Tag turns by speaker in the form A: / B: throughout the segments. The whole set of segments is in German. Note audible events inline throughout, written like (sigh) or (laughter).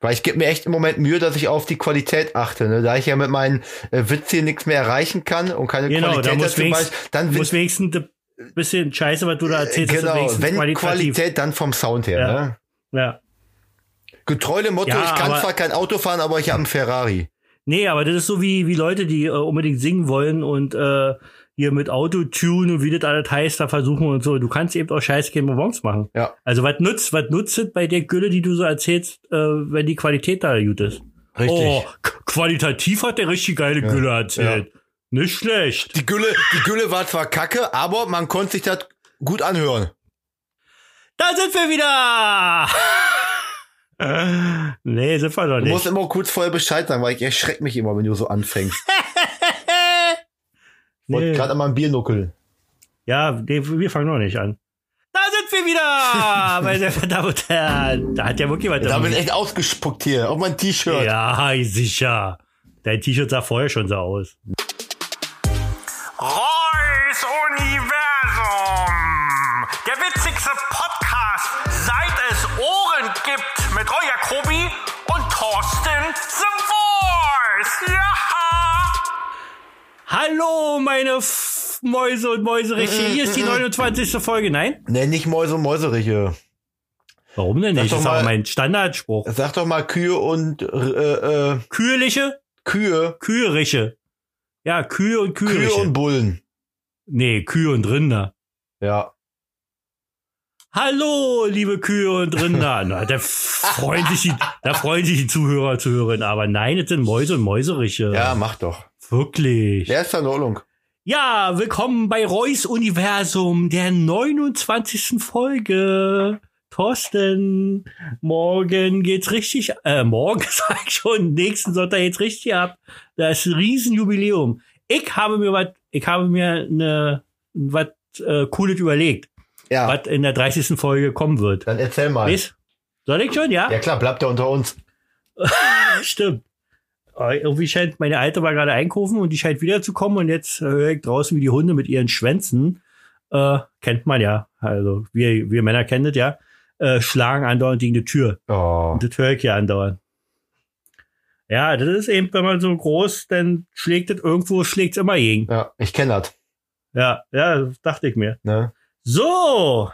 A: Weil ich gebe mir echt im Moment Mühe, dass ich auf die Qualität achte. Ne? Da ich ja mit meinen äh, Witzen nichts mehr erreichen kann und keine
B: Genau,
A: Qualität
B: da muss
A: dazu
B: wenigstens-
A: beiß- dann
B: Du musst
A: win-
B: wenigstens ein bisschen Scheiße, was du da erzählst, ist
A: genau,
B: wenigstens
A: wenn
B: qualitativ.
A: Qualität, dann vom Sound her.
B: Ja.
A: Ne?
B: Ja.
A: Getreu dem Motto,
B: Ja,
A: ich kann
B: aber-
A: zwar kein Auto fahren, aber ich habe einen Ferrari.
B: Nee, aber das ist so wie, wie Leute, die äh, unbedingt singen wollen und äh, hier mit Autotune und wie das alles heißt, da versuchen und so. Du kannst eben auch scheiß Game Bonbons machen.
A: Ja.
B: Also was nützt, was nützt es bei der Gülle, die du so erzählst, äh, wenn die Qualität da gut ist?
A: Richtig.
B: Oh, k- qualitativ hat der richtig geile Gülle erzählt. Nicht schlecht.
A: Die Gülle, die Gülle war zwar kacke, aber man konnte sich das gut anhören.
B: Da sind wir wieder! (laughs) nee, sind wir doch
A: Du musst
B: nicht.
A: immer kurz vorher Bescheid sagen, weil ich erschreck mich immer, wenn du so
B: (laughs)
A: anfängst. Ich wollte
B: Nee. Ähm.
A: gerade an meinem Biernuckel.
B: Ja, nee, wir fangen noch nicht an. Da sind
A: (laughs)
B: wir wieder! Meine Damen und Herren. Da hat ja wirklich was
A: Da bin
B: damit-
A: ich echt ausgespuckt hier, auf mein T-Shirt.
B: Ja, sicher. Dein T-Shirt sah vorher schon so aus.
C: Reus Universum. Der witzigste Podcast, seit es Ohren gibt, mit euer Kobi und Thorsten The Voice. Ja.
B: Hallo, meine F Mäuse und Mäuseriche.
A: (laughs)
B: Hier ist die 29. Folge. Nein?
A: Nenn nicht Mäuse und äh. Mäuseriche.
B: Warum denn nicht?
A: Sag doch
B: Das ist aber
A: mal-
B: mein Standardspruch.
A: Sag doch mal Kühe und äh, äh,
B: Kühliche,
A: Kühe.
B: Kührische. Ja, Kühe und
A: Kühe
B: Kührische.
A: und Bullen.
B: nee, Kühe und Rinder.
A: Ja.
B: Hallo, liebe Kühe und
A: (laughs)
B: Rinder. Na, da, freuen sich die, da freuen sich die Zuhörer, Zuhörerinnen. Aber nein, es sind Mäuse und Mäuseriche.
A: Ja, mach doch.
B: Wirklich.
A: Der ist in Ordnung.
B: Ja, willkommen bei Reus Universum, der 29. Folge. Thorsten, morgen geht's richtig, äh, morgen (laughs) sag ich schon, nächsten Sonntag geht's richtig ab. Da ist ein Riesenjubiläum. Ich habe mir was, ich habe mir ne, was äh, Cooles überlegt,
A: Ja,
B: was in der 30. Folge kommen wird.
A: dann erzähl mal.
B: Weißt? Soll ich schon, ja?
A: Ja klar, bleibt er unter uns.
B: Stimmt. Aber Irgendwie scheint meine Alte war gerade einkaufen und die scheint wiederzukommen und jetzt äh, höre ich draußen wie die Hunde mit ihren Schwänzen, äh, kennt man ja, also wir, wir Männer kennen das ja, äh, schlagen andauernd gegen die Tür.
A: Oh.
B: Und das höre ich ja andauernd. Ja, das ist eben, wenn man so groß, dann schlägt das irgendwo, schlägt es immer gegen.
A: Ja, ich kenne das.
B: Ja, ja, das dachte ich mir.
A: Ne?
B: So,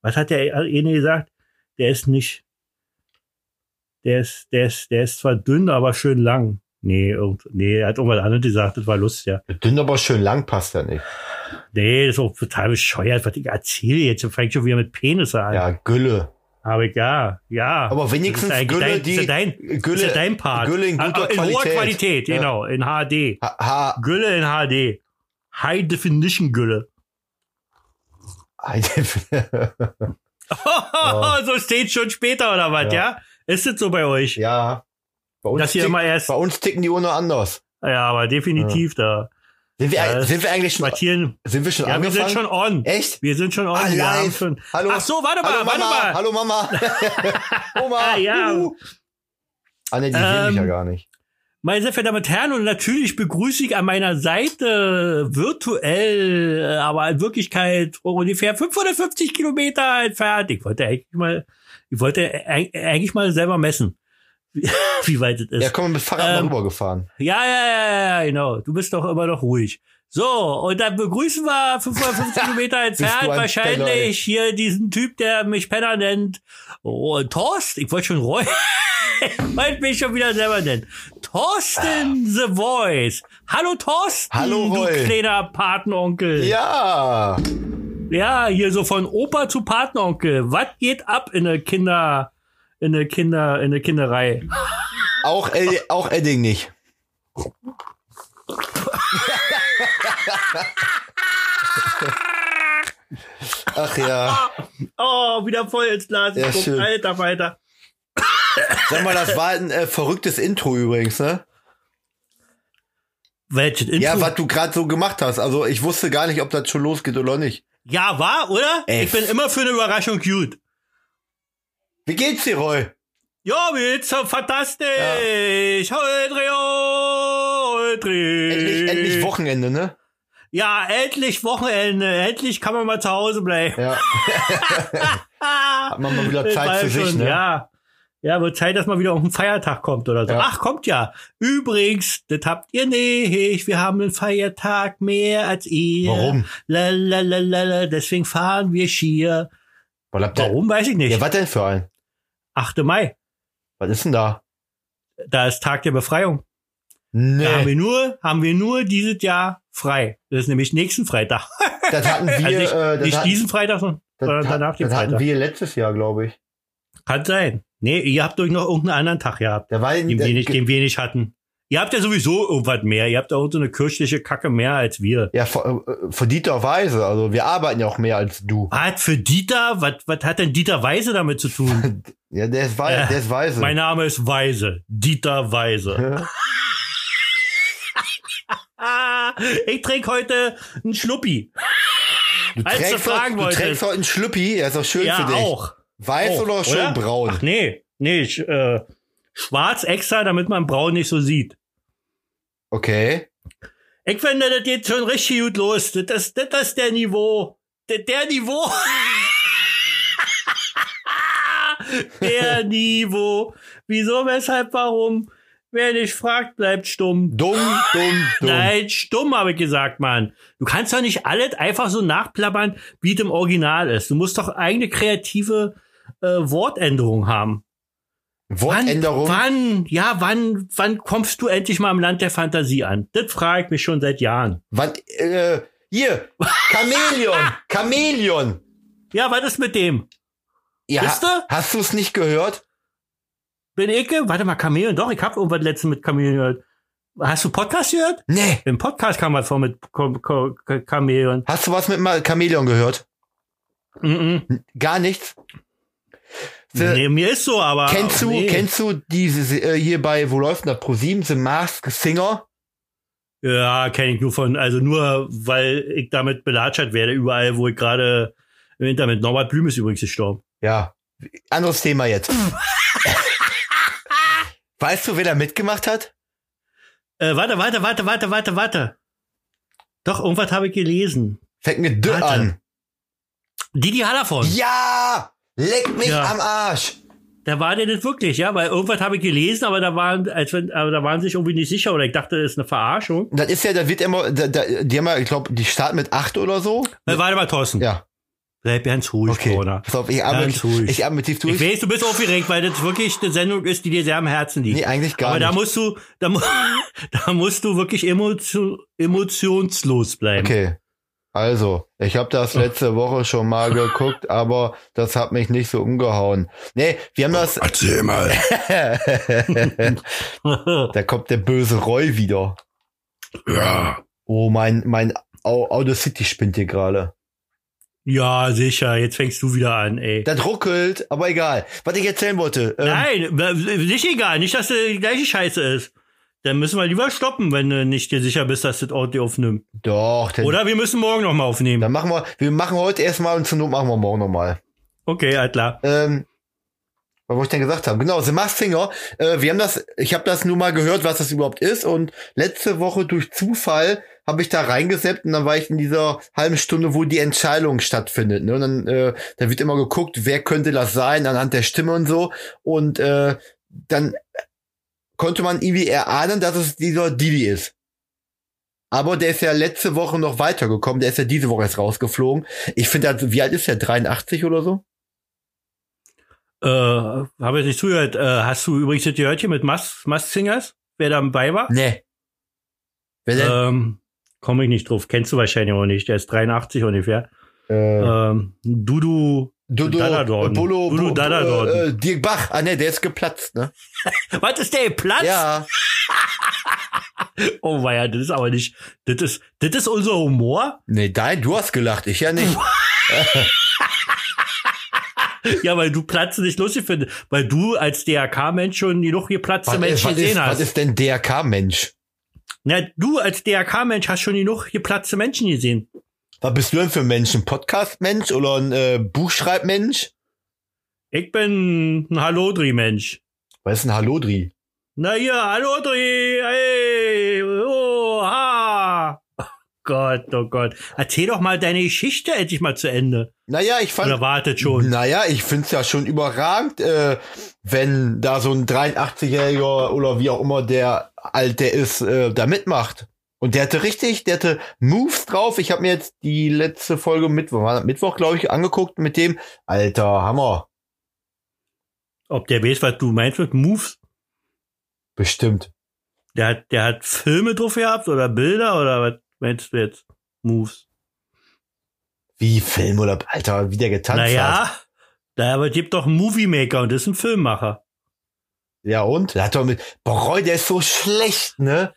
B: was hat der eine gesagt? Der ist nicht, der ist, der ist, der ist zwar dünn, aber schön lang. Nee, irgend, nee, er hat irgendwas anderes gesagt, das war Lust, ja.
A: Dünn aber schön lang passt ja nicht.
B: Nee, das ist auch total bescheuert, was ich erzähle jetzt. Fängt schon wieder mit Penisse an.
A: Ja, Gülle.
B: Aber ja, ja.
A: Aber
B: Das
A: wenigstens
B: ist eigentlich
A: Gülle,
B: dein,
A: die
B: ist ja dein, ist
A: Gülle,
B: ja dein Part.
A: Gülle in
B: Ah,
A: guter
B: ah, in hoher
A: Qualität.
B: Qualität,
A: Ja.
B: genau, in HD.
A: Ha, ha,
B: Gülle in HD. High Definition Gülle. (laughs) so steht schon später oder was,
A: Ja.
B: ja? Ist das so bei euch?
A: (laughs) ja. Bei uns,
B: Dass ihr
A: tick,
B: immer erst.
A: bei uns ticken die Uhr noch anders.
B: Ja, aber definitiv da.
A: Sind wir,
B: Ja, das-
A: sind wir eigentlich schon,
B: Martieren.
A: sind wir schon
B: Ja, wir
A: angefangen?
B: sind schon on.
A: Echt?
B: Wir sind schon on.
A: Ah,
B: wir
A: live.
B: haben schon.
A: Hallo.
B: Ach so, warte mal,
A: Hallo
B: warte
A: Mama.
B: mal.
A: Hallo
B: (laughs)
A: Mama. Oma.
B: Ah, ja.
A: Uhu. Ah, ne, die sehen mich ja
B: Ähm,
A: gar nicht.
B: Meine sehr verehrten Damen und Herren, und natürlich begrüße ich an meiner Seite virtuell, äh, aber in Wirklichkeit ungefähr 550 Kilometer entfernt. Ich wollte eigentlich mal, ich wollte eig- eigentlich mal selber messen, (laughs) wie, wie weit es ist.
A: Ja, komm, mit Fahrrad
B: ähm,
A: mal rübergefahren.
B: Ja, ja, ja, ja, genau. Du bist doch immer noch ruhig. So, und dann begrüßen wir
A: (laughs)
B: 550 Kilometer entfernt
A: du ein Penner, ey.
B: wahrscheinlich hier diesen Typ, der mich Penner nennt. Oh, Torst, ich wollte schon (laughs) Roy. ich wollte mich schon wieder selber nennen. Torsten The Voice. Hallo Torsten,
A: Hallo,
B: du
A: Roy.
B: kleiner Patenonkel.
A: Ja.
B: Ja, hier so von Opa zu Patenonkel. Was geht ab in der Kinder, in der Kinder, in
A: (laughs)
B: der Kinderei?
A: Auch, El auch Edding
B: (laughs)
A: nicht. Ach ja.
B: Oh, wieder voll ins Glas.
A: Ja,
B: geguckt.
A: schön.
B: Alter, weiter.
A: Sag mal, das war ein äh, verrücktes Intro übrigens, ne?
B: Welches Intro?
A: Ja, was du gerade so gemacht hast. Also ich wusste gar nicht, ob das schon losgeht oder nicht.
B: Ja, war, oder?
A: Ey.
B: Ich bin immer für eine Überraschung gut.
A: Wie geht's dir, Roy?
B: Ja, Witz, fantastisch. Heute, heute.
A: Endlich,
B: Äh.
A: endlich Wochenende, ne?
B: Ja, endlich Wochenende. Endlich kann man mal zu Hause bleiben.
A: Ja. Hat man mal wieder
B: Ich
A: Zeit
B: weiß
A: für sich,
B: schon,
A: ne?
B: Ja. Ja, wird Zeit, dass mal wieder auf ein Feiertag kommt oder so.
A: Ja.
B: Ach, kommt ja. Übrigens, das habt ihr nicht. Wir haben einen Feiertag mehr als ihr.
A: Warum?
B: La, la, la, la, la. Deswegen fahren wir Skier.
A: Weil habt ihr-
B: Warum, weiß ich nicht.
A: Ja, was denn für ein?
B: 8. Mai,
A: Was ist denn da?
B: da ist Tag der Befreiung. Da haben
A: Nee,
B: wir nur, haben wir nur dieses Jahr frei. Das ist nämlich nächsten Freitag.
A: das hatten wir,
B: also nicht,
A: äh, das
B: nicht
A: hatten,
B: diesen Freitag, sondern
A: das,
B: sondern
A: hat-
B: danach den
A: das hatten
B: Freitag.
A: wir letztes Jahr, glaube ich.
B: Kann sein. Nee, ihr habt euch noch irgendeinen anderen Tag gehabt,
A: Da war
B: den
A: da-
B: wir nicht,
A: ge-
B: den wir nicht hatten. Ihr habt ja sowieso irgendwas mehr. Ihr habt auch so eine kirchliche Kacke mehr als wir.
A: ja, ver- äh, verdienterweise. Also wir arbeiten ja auch mehr als du.
B: Was für Dieter? Was, was hat denn Dieter Weise damit zu tun?
A: (laughs) Ja, der ist, wei
B: Äh,
A: der ist weise.
B: mein Name ist Weise. Dieter Weise.
A: (laughs)
B: (laughs)
A: Ja.
B: Ah, ich trinke heute einen Schluppi.
A: du
B: Als du
A: trägst, doch-
B: fragen
A: du
B: wolltest.
A: trägst heute einen Schlüppi, der ist doch schön für
B: Ja,
A: dich.
B: auch.
A: Weiß
B: auch,
A: oder schön
B: Oh, oder?
A: braun?
B: Ach nee, nee, ich, äh, schwarz extra, damit man braun nicht so sieht.
A: Okay.
B: Ich finde, das geht schon richtig gut los. Das, das, das ist der Niveau. Das, der Niveau. (laughs) der Niveau. Wieso, weshalb, warum? Wer nicht fragt, bleibt stumm.
A: Dumm, dumm, dumm.
B: Ah, Nein, stumm, habe ich gesagt, Mann. Du kannst doch nicht alles einfach so nachplappern, wie es im Original ist. Du musst doch eigene kreative äh, Wortänderung haben.
A: Wortänderung.
B: Wann, wann, ja, wann, wann kommst du endlich mal im Land der Fantasie an? Das frage ich mich schon seit Jahren.
A: Wann, äh, hier,
B: (laughs)
A: Chamäleon, Chamäleon.
B: Ja, was ist mit dem?
A: Ja,
B: Wisst ihr?
A: hast du es nicht gehört?
B: Bin ich, ge- warte mal, Chameleon, doch, ich habe irgendwas letztens mit Chameleon gehört. Hast du Podcast gehört?
A: Nee.
B: Im Podcast kam was vor mit Ko- Ko- Ko- Chameleon.
A: Hast du was mit Ma- Chamäleon gehört?
B: Mm -mm.
A: Gar nichts. The,
B: Nee, mir ist so, aber.
A: Kennst du,
B: nee.
A: kennst du diese äh, hier bei wo läuft denn das Pro 7 The Mask Singer?
B: Ja, kenne ich nur von, also nur, weil ich damit belatschert werde, überall, wo ich gerade im Internet. Norbert Blüm ist übrigens gestorben.
A: Ja. Anderes Thema jetzt.
B: (laughs)
A: weißt du, wer da mitgemacht hat?
B: Äh, warte, warte, warte, warte, warte, warte. Doch, irgendwas habe ich gelesen.
A: Fängt mit D
B: Warte.
A: an.
B: Didi Hallervorden.
A: Ja! Leck mich
B: Ja.
A: am Arsch!
B: Da war der nicht wirklich, ja, weil irgendwas habe ich gelesen, aber da waren, als wenn, aber da waren sie sich irgendwie nicht sicher oder ich dachte, das ist eine Verarschung.
A: Das ist ja, da wird immer, da, da, die haben ja, ich glaube, die starten mit 8 oder so.
B: Äh, warte mal, Thorsten.
A: Ja,
B: Bleib ganz ruhig,
A: okay.
B: Corona.
A: Pass auf, ich
B: Ganz
A: arbeite,
B: ruhig.
A: ich arbeite tief
B: Ich
A: durch.
B: weiß, du bist aufgeregt, weil das wirklich eine Sendung ist, die dir sehr am Herzen liegt.
A: Nee, eigentlich gar
B: aber da
A: nicht.
B: musst du, da, mu- (laughs) da musst du wirklich emotion, emotionslos bleiben.
A: Okay. Also, ich habe
B: Oh.
A: das letzte Woche schon mal geguckt, aber das hat mich nicht so umgehauen. Nee, wir haben das. (laughs)
C: Erzähl mal.
A: da kommt der böse Roy wieder.
C: Ja.
A: Oh, mein, mein Au- Auto City spinnt hier gerade.
B: (laughs) ja, sicher. Jetzt fängst du wieder an, ey.
A: Das ruckelt, aber egal. Was ich erzählen wollte. ähm,
B: Nein, w- nicht egal. Nicht, dass das die gleiche Scheiße ist. Dann müssen wir lieber stoppen, wenn du nicht dir sicher bist, dass das Audio aufnimmt.
A: Doch, dann,
B: Oder wir müssen morgen nochmal aufnehmen.
A: dann machen wir, wir machen heute erstmal und zur Not machen wir morgen nochmal.
B: Okay, alles klar.
A: Ähm, was wollte ich denn gesagt haben? Genau, The Masked Singer. Äh, wir haben das, ich habe das nur mal gehört, was das überhaupt ist. Und letzte Woche durch Zufall habe ich da reingeseppt und dann war ich in dieser halben Stunde, wo die Entscheidung stattfindet. Ne? Und dann, äh, da wird immer geguckt, wer könnte das sein anhand der Stimme und so. Und äh, dann konnte man irgendwie erahnen, dass es dieser Didi ist. Aber der ist ja letzte Woche noch weitergekommen. Der ist ja diese Woche erst rausgeflogen. Ich finde, also, wie alt ist der? 83 oder so?
B: Äh, habe jetzt nicht zugehört. Äh, hast du übrigens das gehört hier mit Mas Mas Singers? Wer da dabei war?
A: Nee. Wer denn?
B: Ähm, Komme ich nicht drauf. Kennst du wahrscheinlich auch nicht. Der ist 83 ungefähr.
A: Äh,
B: Ähm, Dudu.
A: Dodo,
B: Dadadorn.
A: Bolo,
B: Dudu
A: Bo-
B: Dadadorn.
A: Äh, äh, Dirk Bach. Ah, ne, der ist geplatzt, ne?
B: Was ist der Platz?
A: Ja.
B: Oh weia, das ist aber nicht. Das ist, das ist unser Humor.
A: Nee, dein, du hast gelacht, ich ja nicht.
B: Ja, weil du Platz nicht lustig findest. Weil du als DRK-Mensch schon genug geplatzte
A: Was, ist,
B: Menschen
A: was, ist,
B: gesehen
A: was
B: hast.
A: ist denn DRK-Mensch?
B: Na, du als DRK-Mensch hast schon genug geplatzte Menschen gesehen.
A: Was bist du denn für ein Mensch? Ein Podcast-Mensch oder ein äh, Buchschreibmensch?
B: Ich bin ein Hallodri-Mensch.
A: Was ist ein Hallodri?
B: Na ja, hallo Audrey, hey, oh, ha. Gott, oh Gott. Erzähl doch mal deine Geschichte endlich mal zu Ende.
A: Naja, ich fand.
B: Oder wartet schon.
A: Naja, ich find's ja schon überragend, äh, wenn da so ein 83-Jähriger oder wie auch immer der alt der ist, äh, da mitmacht. Und der hatte richtig, der hatte Moves drauf. Ich habe mir jetzt die letzte Folge Mittwoch, war das Mittwoch glaube ich, angeguckt mit dem Alter Hammer.
B: Ob der weiß, was du meinst mit Moves?
A: Bestimmt.
B: Der hat, der hat Filme drauf gehabt oder Bilder oder was meinst du jetzt? Moves.
A: Wie Film oder Alter, wie der getanzt hat.
B: Naja, da aber gibt doch einen Movie Maker und das ist ein Filmmacher.
A: Ja und? Der hat doch mit Boreu, der ist so schlecht, ne?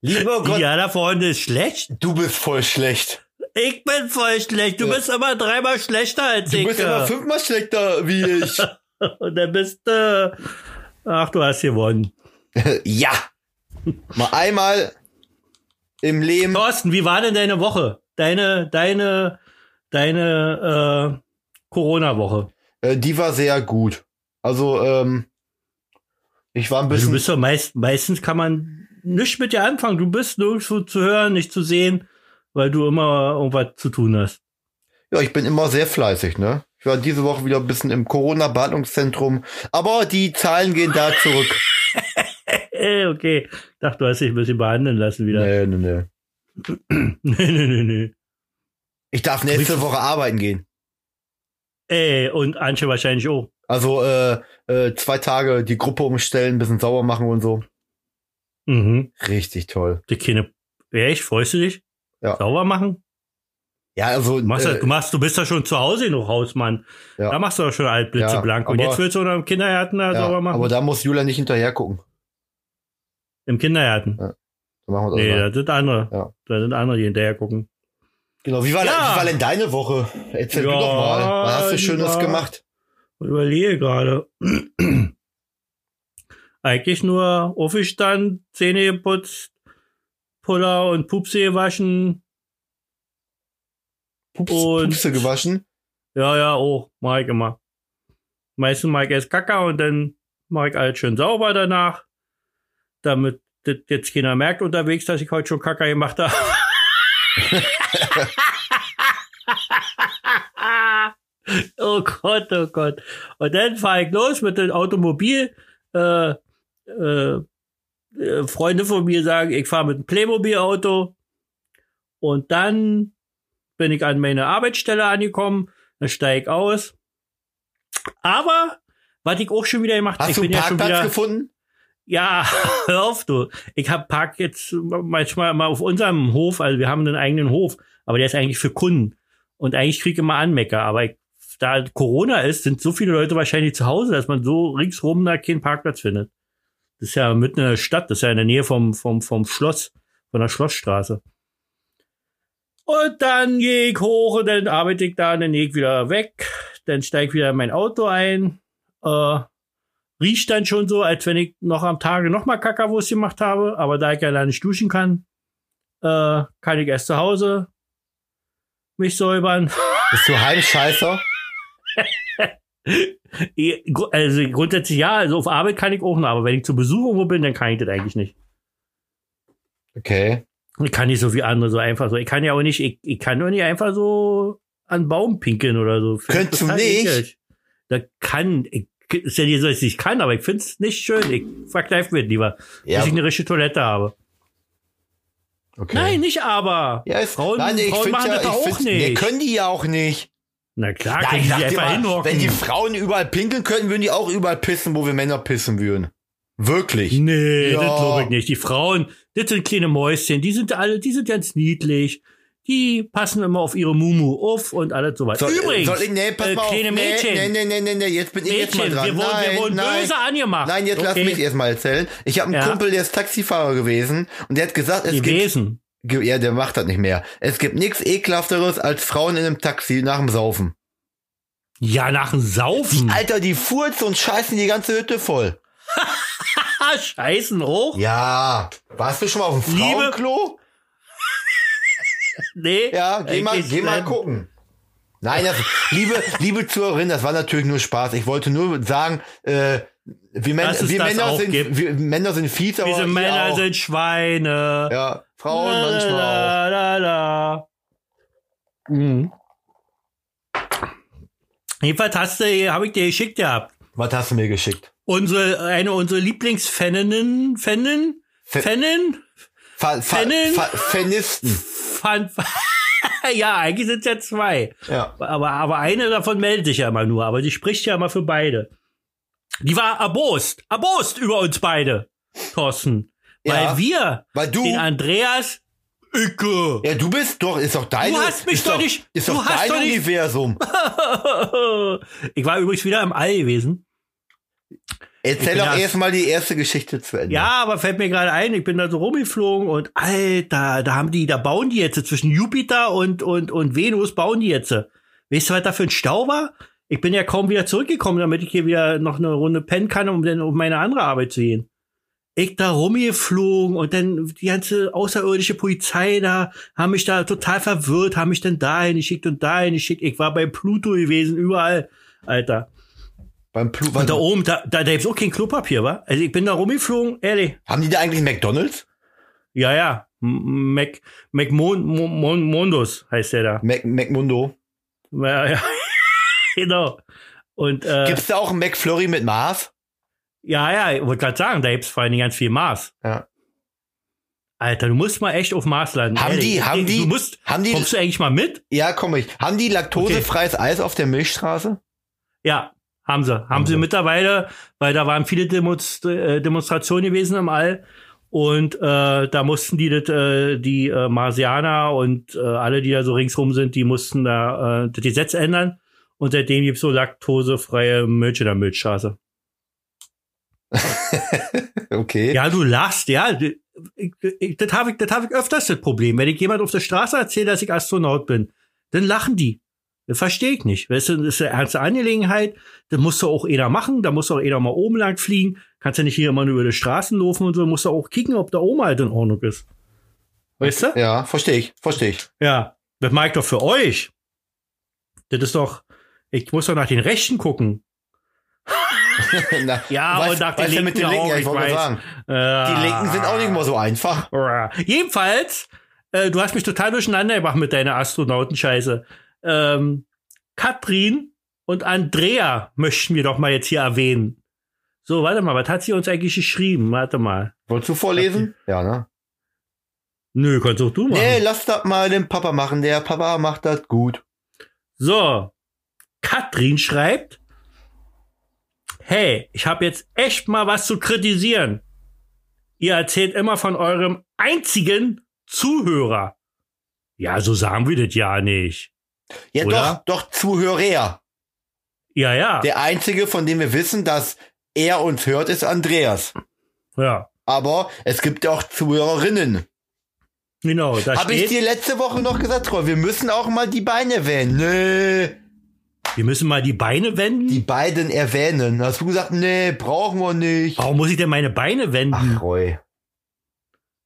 A: Lieber Gott,
B: Ja, da Freunde ist schlecht.
A: du bist voll schlecht.
B: Ich bin voll schlecht. Du
A: Ja.
B: bist immer dreimal schlechter als
A: Du
B: ich.
A: bist
B: äh.
A: aber fünfmal schlechter wie ich.
B: Und dann bist du. Ach, du hast gewonnen.
A: ja. Mal einmal im Leben.
B: Thorsten, wie war denn deine Woche? Deine, deine, deine äh, Corona-Woche.
A: Äh, die war sehr gut. Also, ähm, ich war ein
B: Du
A: bisschen.
B: bist doch meist, meistens kann man nicht mit dir anfangen. Du bist nirgendwo zu hören, nicht zu sehen, weil du immer irgendwas zu tun hast. (laughs)
A: ja, ich bin immer sehr fleißig, ne? Ich war diese Woche wieder ein bisschen im Corona-Behandlungszentrum. Aber die Zahlen gehen da zurück.
B: Äh, okay. Ich dachte, du hast dich ein bisschen behandeln lassen (laughs) wieder.
A: Nee, nee, nee.
B: (laughs) Nee, nee, nee, nee.
A: Ich darf nächste Woche arbeiten gehen.
B: Ey, Äh, und Anche wahrscheinlich auch.
A: Also, äh, äh, zwei Tage die Gruppe umstellen, ein bisschen sauber machen und so.
B: Mhm.
A: Richtig toll.
B: Die Kinder. Echt? Freust du dich?
A: Ja.
B: Sauber machen?
A: Ja, also.
B: Du machst,
A: äh,
B: das- du machst, du bist ja schon zu Hause noch Hausmann.
A: Ja.
B: Da machst du doch schon Altblitze
A: Ja,
B: blank. Und
A: aber-
B: jetzt willst du noch im Kindergarten da
A: ja,
B: sauber machen?
A: aber da muss Julia nicht hinterher gucken.
B: Im Kindergarten.
A: Ja, So machen wir das
B: nee,
A: mal.
B: das sind andere.
A: Ja.
B: Da sind andere, die hinterher gucken.
A: Genau, wie war,
B: Ja.
A: wie war denn deine Woche? Erzähl
B: Ja,
A: du doch mal. Was hast du
B: die
A: Schönes
B: war-
A: gemacht?
B: Ich überlege gerade. (clears throat) Eigentlich nur aufgestanden, Zähne geputzt, Puller und Pupse gewaschen.
A: Pups,
B: Und-
A: Pupse gewaschen?
B: Ja, ja, auch. Mach ich immer. Meistens mach ich erst Kacke und dann mach ich alles schön sauber danach. Damit das jetzt keiner merkt unterwegs, dass ich heute schon Kacke
A: (laughs)
B: gemacht habe. oh Gott, oh Gott. Und dann fahre ich los mit dem Automobil. Äh, äh, äh, Freunde von mir sagen, ich fahre mit einem Playmobil-Auto. Und dann bin ich an meine Arbeitsstelle angekommen. Dann steige ich aus. Aber, was ich auch schon wieder gemacht
A: Hast
B: ich
A: du einen
B: bin ja schon
A: Parkplatz
B: wieder-
A: gefunden?
B: ja, (laughs) hör auf du. Ich hab Park jetzt manchmal mal auf unserem Hof, also wir haben einen eigenen Hof, aber der ist eigentlich für Kunden. Und eigentlich kriege ich immer Anmecker, aber ich, da Corona ist, sind so viele Leute wahrscheinlich zu Hause, dass man so ringsrum da keinen Parkplatz findet. Das ist ja mitten in der Stadt, das ist ja in der Nähe vom, vom, vom Schloss, von der Schlossstraße. Und dann gehe ich hoch und dann arbeite ich da, und dann gehe ich wieder weg, dann steige ich wieder in mein Auto ein, äh, riecht dann schon so, als wenn ich noch am Tage nochmal Kackerwurst gemacht habe, aber da ich ja leider nicht duschen kann, äh, kann ich erst zu Hause mich säubern. (laughs)
A: Bist du Heimscheißer?
B: Eh, gru- Also grundsätzlich ja, also auf Arbeit kann ich auch noch, aber wenn ich zu Besuch irgendwo bin, dann kann ich das eigentlich nicht.
A: Okay.
B: Ich kann nicht so wie andere so einfach so. Ich kann ja auch nicht, ich, ich kann doch nicht einfach so an einen Baum pinkeln oder so. (laughs) Find ich
A: Könntest du
B: total
A: nicht?
B: eklig. Da kann, ich, ist ja nicht so, dass ich kann, aber ich finde es nicht schön. Ich verkneife mir lieber,
A: Ja,
B: dass ich eine richtige Toilette habe.
A: okay.
B: Nein, nicht aber.
A: Ja, ist,
B: Frauen-
A: nein, ich
B: Frauen
A: finde
B: machen
A: ja,
B: das doch
A: ich
B: auch
A: find,
B: nicht.
A: Nee, können die ja auch nicht.
B: Na klar,
A: Nein,
B: kann
A: ich
B: ich
A: sag
B: die
A: dir
B: einfach
A: mal, wenn die
B: hinhocken.
A: Frauen überall pinkeln könnten, würden die auch überall pissen, wo wir Männer pissen würden. Wirklich.
B: Nee,
A: Ja.
B: das glaube ich nicht. Die Frauen, das sind kleine Mäuschen, die sind alle, die sind ganz niedlich. Die passen immer auf ihre Mumu auf und alles so weiter.
A: Soll-
B: Übrigens,
A: soll ich, nee, pass
B: äh,
A: mal auf.
B: kleine
A: nee,
B: Mädchen,
A: Nee, nee, nee, nee, nee, jetzt bin ich jetzt
B: Mädchen,
A: mal dran.
B: wir wurden,
A: nein,
B: wir wurden
A: nein.
B: böse angemacht.
A: Nein, jetzt lass
B: Okay.
A: mich erstmal erzählen. Ich habe einen
B: Ja.
A: Kumpel, der ist Taxifahrer gewesen und der hat gesagt, es gibt,
B: gewesen.
A: ge- ja, der macht das nicht mehr. Es gibt nichts ekelhafteres als Frauen in einem Taxi nach dem Saufen.
B: Ja, nach dem Saufen. (laughs)
A: Alter, die furzen und scheißen die ganze Hütte voll.
B: Alter, Ah, scheißen hoch.
A: Ja, warst du schon mal auf dem
B: Liebe-
A: Frauenklo?
B: Nee. Äh, ähm,
A: Ja, geh mal,
B: eigentlich
A: geh mal
B: nein.
A: gucken. Nein, das, liebe, liebe Zuhörerin, das war natürlich nur Spaß. Ich wollte nur sagen, äh, wir, Män
B: Dass es
A: wir
B: das
A: Männer
B: auch
A: sind,
B: gibt.
A: wir Männer sind fies, aber
B: Diese
A: ihr
B: Männer
A: auch.
B: sind Schweine.
A: ja, Frauen manchmal auch.
B: La, la, la. Mhm. Jedenfalls hast du, habe ich dir geschickt gehabt.
A: Was hast du mir geschickt?
B: Unsere, eine unserer Lieblingsfaninnen, Fannen,
A: Fa-
B: Fannen,
A: Fa Fa
B: Fennen?
A: Fa Fenisten.
B: Fan, (laughs) ja, eigentlich sind es ja zwei.
A: Ja.
B: Aber, aber eine davon meldet sich ja immer nur, aber die spricht ja immer für beide. Die war erbost, erbost über uns beide, Thorsten. Weil
A: Ja.
B: wir
A: Weil du,
B: den
A: ja,
B: Andreas Icke.
A: du bist doch, ist doch dein,
B: hast mich
A: ist
B: doch
A: doch
B: nicht-
A: ist
B: du
A: doch
B: hast
A: dein
B: doch nicht-
A: Universum.
B: (laughs) ich war übrigens wieder im All gewesen. Ich
A: Erzähl
B: bin
A: doch
B: das-
A: erstmal die erste Geschichte zu Ende.
B: Ja, aber fällt mir gerade ein, ich bin da so rumgeflogen und alter, da haben die, da bauen die jetzt zwischen Jupiter und, und, und Venus bauen die jetzt. Weißt du, was da für ein Stau war? Ich bin ja kaum wieder zurückgekommen, damit ich hier wieder noch eine Runde pennen kann, um dann um meine andere Arbeit zu gehen. Ich da rumgeflogen und dann die ganze außerirdische Polizei da, haben mich da total verwirrt, haben mich dann dahin geschickt und dahin geschickt. Ich war bei Pluto gewesen, überall, Alter.
A: Beim Plu
B: Und da
A: Warte,
B: oben, da, da, da gibt's auch kein Klopapier, wa? Also ich bin da rumgeflogen, ehrlich.
A: haben die da eigentlich McDonalds?
B: Ja, ja. M- Mac, Mac Mon, Mon, Mon, Mondus heißt der da.
A: Mac McMundo?
B: Ja, ja. (laughs) genau. Und äh,
A: Gibt's da auch einen McFlurry mit Mars?
B: ja, ja, ich wollte gerade sagen, da gibt's vor allen Dingen ganz viel Mars.
A: Ja.
B: Alter, du musst mal echt auf Mars landen.
A: Haben
B: ehrlich.
A: die- haben die-
B: Du musst,
A: Haben die,
B: kommst du eigentlich mal mit?
A: ja, komm ich. Haben die laktosefreies Eis auf der Milchstraße? (laughs)
B: Ja, haben sie. Haben sie
A: sie.
B: mittlerweile, weil da waren viele Demonst äh, Demonstrationen gewesen im All. Und äh, da mussten die das, äh, die äh, Marsianer und äh, alle, die da so ringsrum sind, die mussten da äh, das Gesetz ändern. Und seitdem gibt's so laktosefreie Milch in der Milchstraße.
A: Okay.
B: Ja, du lachst, ja. Ich, ich, das habe ich, das hab ich öfters das Problem. Wenn ich jemand auf der Straße erzähle, dass ich Astronaut bin, dann lachen die. Das verstehe ich nicht. Weißt du, das ist eine ernste Angelegenheit. Das muss doch auch jeder machen. Da muss doch jeder mal oben lang fliegen. Kannst ja nicht hier immer nur über die Straßen laufen und so. Musst du auch kicken, ob da oben halt in Ordnung ist. Weißt du?
A: Ja, verstehe ich, verstehe ich. (laughs)
B: Ja. Das mag ich doch für euch. Das ist doch, ich muss doch nach den Rechten gucken.
A: Na,
B: Ja,
A: weißt-
B: und nach den
A: weißt du, mit den
B: Linken
A: Linken,
B: auch,
A: ja,
B: ich
A: ich wollte
B: weiß. Ah.
A: gerade sagen. Die
B: Die
A: Linken sind auch nicht immer so einfach.
B: Bra. Jedenfalls, äh, du hast mich total durcheinander gemacht mit deiner Astronautenscheiße. Ähm, Katrin und Andrea möchten wir doch mal jetzt hier erwähnen. So, warte mal, was hat sie uns eigentlich geschrieben? Warte mal.
A: Wolltest du
B: (laughs)
A: vorlesen? Ja, ne?
B: Nö, kannst auch du machen.
A: Nee, lass das mal den Papa machen. Der Papa macht das gut.
B: So, Katrin schreibt, hey, ich habe jetzt echt mal was zu kritisieren. Ihr erzählt immer von eurem einzigen Zuhörer. Ja, so sagen wir das ja nicht.
A: Ja,
B: Oder?
A: doch, doch, Zuhörer.
B: Ja, ja.
A: Der einzige, von dem wir wissen, dass er uns hört, ist Andreas.
B: Ja,
A: Aber es gibt auch Zuhörerinnen.
B: genau. Da
A: Habe ich
B: steht,
A: dir letzte Woche noch gesagt, Troy, wir müssen auch mal die beiden erwähnen. Nee,
B: wir müssen mal die Beine wenden.
A: die beiden erwähnen. Hast du gesagt, nee, brauchen wir nicht.
B: Warum muss ich denn meine Beine wenden?
A: Ach, Roy. (laughs)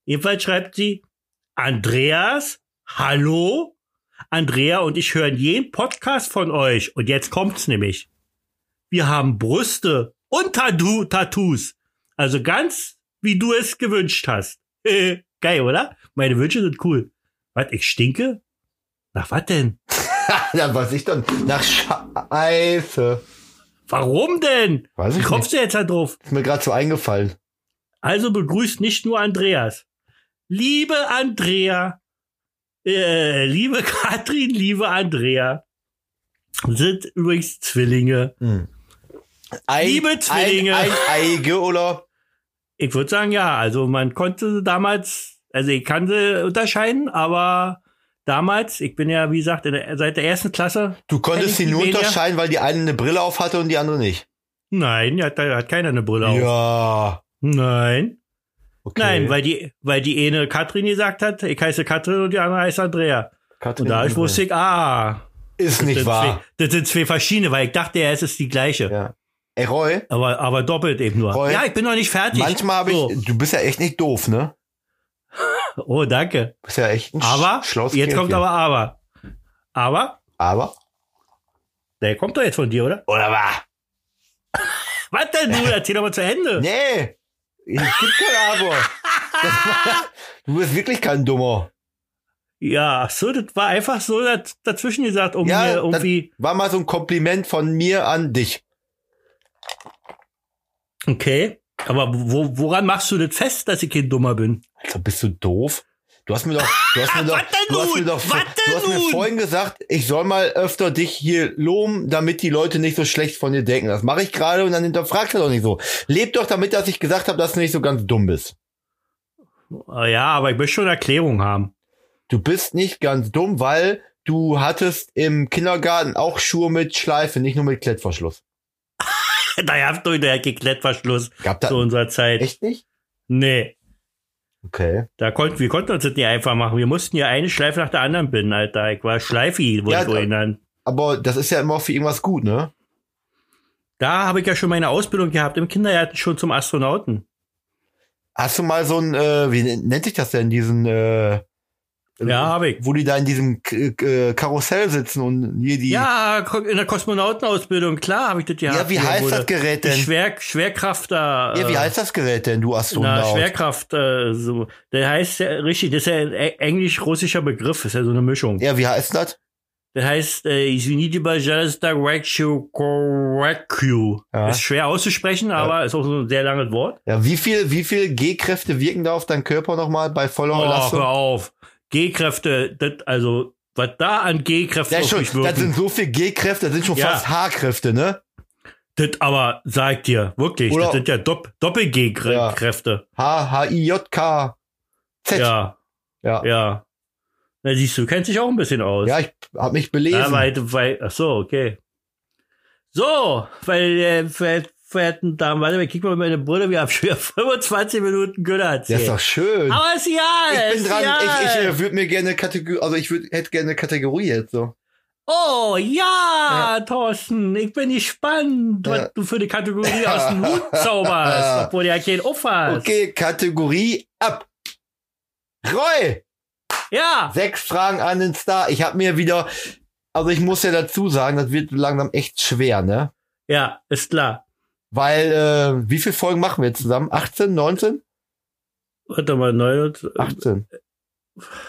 B: Jedenfalls schreibt sie, Andreas, hallo? Andrea und ich hören jeden Podcast von euch. Und jetzt kommt's nämlich. Wir haben Brüste und Tattoo Tattoos. Also ganz, wie du es gewünscht hast. (laughs) Geil, oder? Meine Wünsche sind cool. Was, ich stinke? Nach was denn?
A: Dann weiß ich dann. Nach Scheiße.
B: Warum denn?
A: Weiß
B: Wie
A: ich nicht.
B: kommst du jetzt da drauf?
A: Ist mir gerade so eingefallen.
B: Also begrüßt nicht nur Andreas. Liebe Andrea, äh, liebe (laughs) Katrin, liebe Andrea, sind übrigens Zwillinge.
A: Hm. Ein,
B: Liebe Zwillinge.
A: Ein, ein Eige oder?
B: Ich würde sagen, ja, also man konnte damals, also ich kann sie unterscheiden, aber damals, ich bin ja, wie gesagt, in der, seit der ersten Klasse,
A: Du konntest
B: Kenn
A: sie
B: ich
A: nur
B: die weniger?
A: unterscheiden, weil die eine eine Brille auf hatte und die andere nicht.
B: nein, da hat, da hat keiner eine Brille auf.
A: Ja.
B: Nein.
A: Okay.
B: Nein, weil die, weil die eine Katrin gesagt hat, ich heiße Katrin und die andere heißt Andrea.
A: Katrin
B: Und da ich
A: Andrea.
B: wusste ich, ah,
A: Ist nicht
B: sind
A: wahr.
B: Zwei, das sind zwei verschiedene, weil ich dachte, ja, es ist die gleiche.
A: Ja. Ey, Roy,
B: Aber, aber doppelt eben nur.
A: Roy,
B: ja, ich bin noch nicht fertig.
A: manchmal habe ich.
B: So.
A: Du bist ja echt nicht doof, ne?
B: Oh, danke.
A: Du bist ja echt ein sch-
B: Aber,
A: schlaues
B: jetzt kommt
A: Kerlchen.
B: aber aber. Aber,
A: Aber?
B: der kommt doch jetzt von dir, oder?
A: Oder war? (laughs)
B: Was denn, du? Erzähl doch mal zu Ende. (laughs)
A: Nee. Es gibt kein Aber. Du bist wirklich kein Dummer.
B: Ja, so, das war einfach so daz- dazwischen gesagt, um
A: Ja,
B: mir
A: das-
B: irgendwie.
A: War mal so ein Kompliment von mir an dich.
B: Okay. Aber wo, woran machst du das fest, dass ich kein Dummer bin?
A: Alter, Also bist du doof? Du hast mir doch, du hast mir doch,
B: (laughs) Was denn
A: du hast mir
B: nun?
A: doch,
B: Was
A: du
B: denn
A: hast mir
B: nun?
A: vorhin gesagt, ich soll mal öfter dich hier loben, damit die Leute nicht so schlecht von dir denken. Das mache ich gerade und dann hinterfragt er doch nicht so. Leb doch damit, dass ich gesagt habe, dass du nicht so ganz dumm bist.
B: Ah Ja, aber ich möchte schon eine Erklärung haben. (laughs)
A: Du bist nicht ganz dumm, weil du hattest im Kindergarten auch Schuhe mit Schleife, nicht nur mit Klettverschluss.
B: Da habt ihr der Klettverschluss
A: Gab da
B: zu unserer Zeit.
A: echt nicht?
B: Nee.
A: Okay.
B: Da konnten, wir konnten uns das nicht einfach machen. Wir mussten ja eine Schleife nach der anderen binden, Alter. Ich war Schleifi, wurde
A: Ja,
B: ich vorhin genannt.
A: Aber das ist ja immer für irgendwas gut, ne?
B: Da habe ich ja schon meine Ausbildung gehabt im Kindergarten schon zum Astronauten.
A: Hast du mal so ein, äh, wie nennt sich das denn, diesen, äh,
B: Ja, habe ich.
A: wo die da in diesem K äh, Karussell sitzen und hier die.
B: Ja, ko- in der Kosmonautenausbildung, klar, habe ich das
A: Ja,
B: gehabt.
A: wie
B: hier
A: heißt
B: wurde-
A: das Gerät
B: Die
A: denn?
B: Schwer, Schwerkraft da.
A: ja, wie
B: äh,
A: heißt das Gerät denn, du
B: Na,
A: Astronaut?
B: Schwerkraft, äh, so. Der heißt ja richtig, das ist ja ein e- englisch-russischer Begriff, ist ja so eine Mischung.
A: ja, wie heißt das?
B: Der heißt, äh, Извините, пожалуйста, Recu- Correcu.
A: Ja.
B: Ist schwer auszusprechen, aber ist auch so ein sehr langes Wort.
A: Ja, wie viel, wie viel G-Kräfte wirken da auf deinen Körper nochmal bei voller
B: Oh,
A: Belastung?
B: hör auf. G-Kräfte, das, also, was da an G-Kräften
A: Ja,
B: auf
A: schon,
B: mich
A: das
B: wirken,
A: sind so viel G-Kräfte, das sind schon
B: Ja.
A: fast H-Kräfte, ne?
B: das aber, sag dir, wirklich,
A: Oder-
B: das sind ja Dopp
A: Ja.
B: Doppel-G-Kräfte.
A: H, H, I, J, K, Z. Ja,
B: Ja.
A: ja.
B: ja. Na, siehst du, kennst dich auch ein bisschen aus.
A: ich hab mich belesen.
B: Ja, weil, weil, ach so, okay. So, weil, äh, ver- verehrten Damen, warte, mal, kick mal meine Brille, wir haben schon wieder (laughs) 25 Minuten Güller
A: das ist
B: erzählt.
A: doch schön.
B: Aber ist ja,
A: ich bin
B: ist
A: dran,
B: ja.
A: ich, äh, ich würde mir gerne Kategorie, also ich würd, hätte gerne eine Kategorie jetzt so.
B: Oh ja, Thorsten, ich bin gespannt,
A: Ja.
B: was du für eine Kategorie aus dem Hut zauberst, obwohl du ja keinen Opfer hast.
A: Okay, Kategorie ab. Roy!
B: Ja,
A: Sechs Fragen an den Star. Ich habe mir wieder, also ich muss ja dazu sagen, das wird langsam echt schwer, ne?
B: ja, ist klar.
A: Weil, äh, wie viele Folgen machen wir zusammen? 18, 19?
B: Warte mal, neun,
A: 18.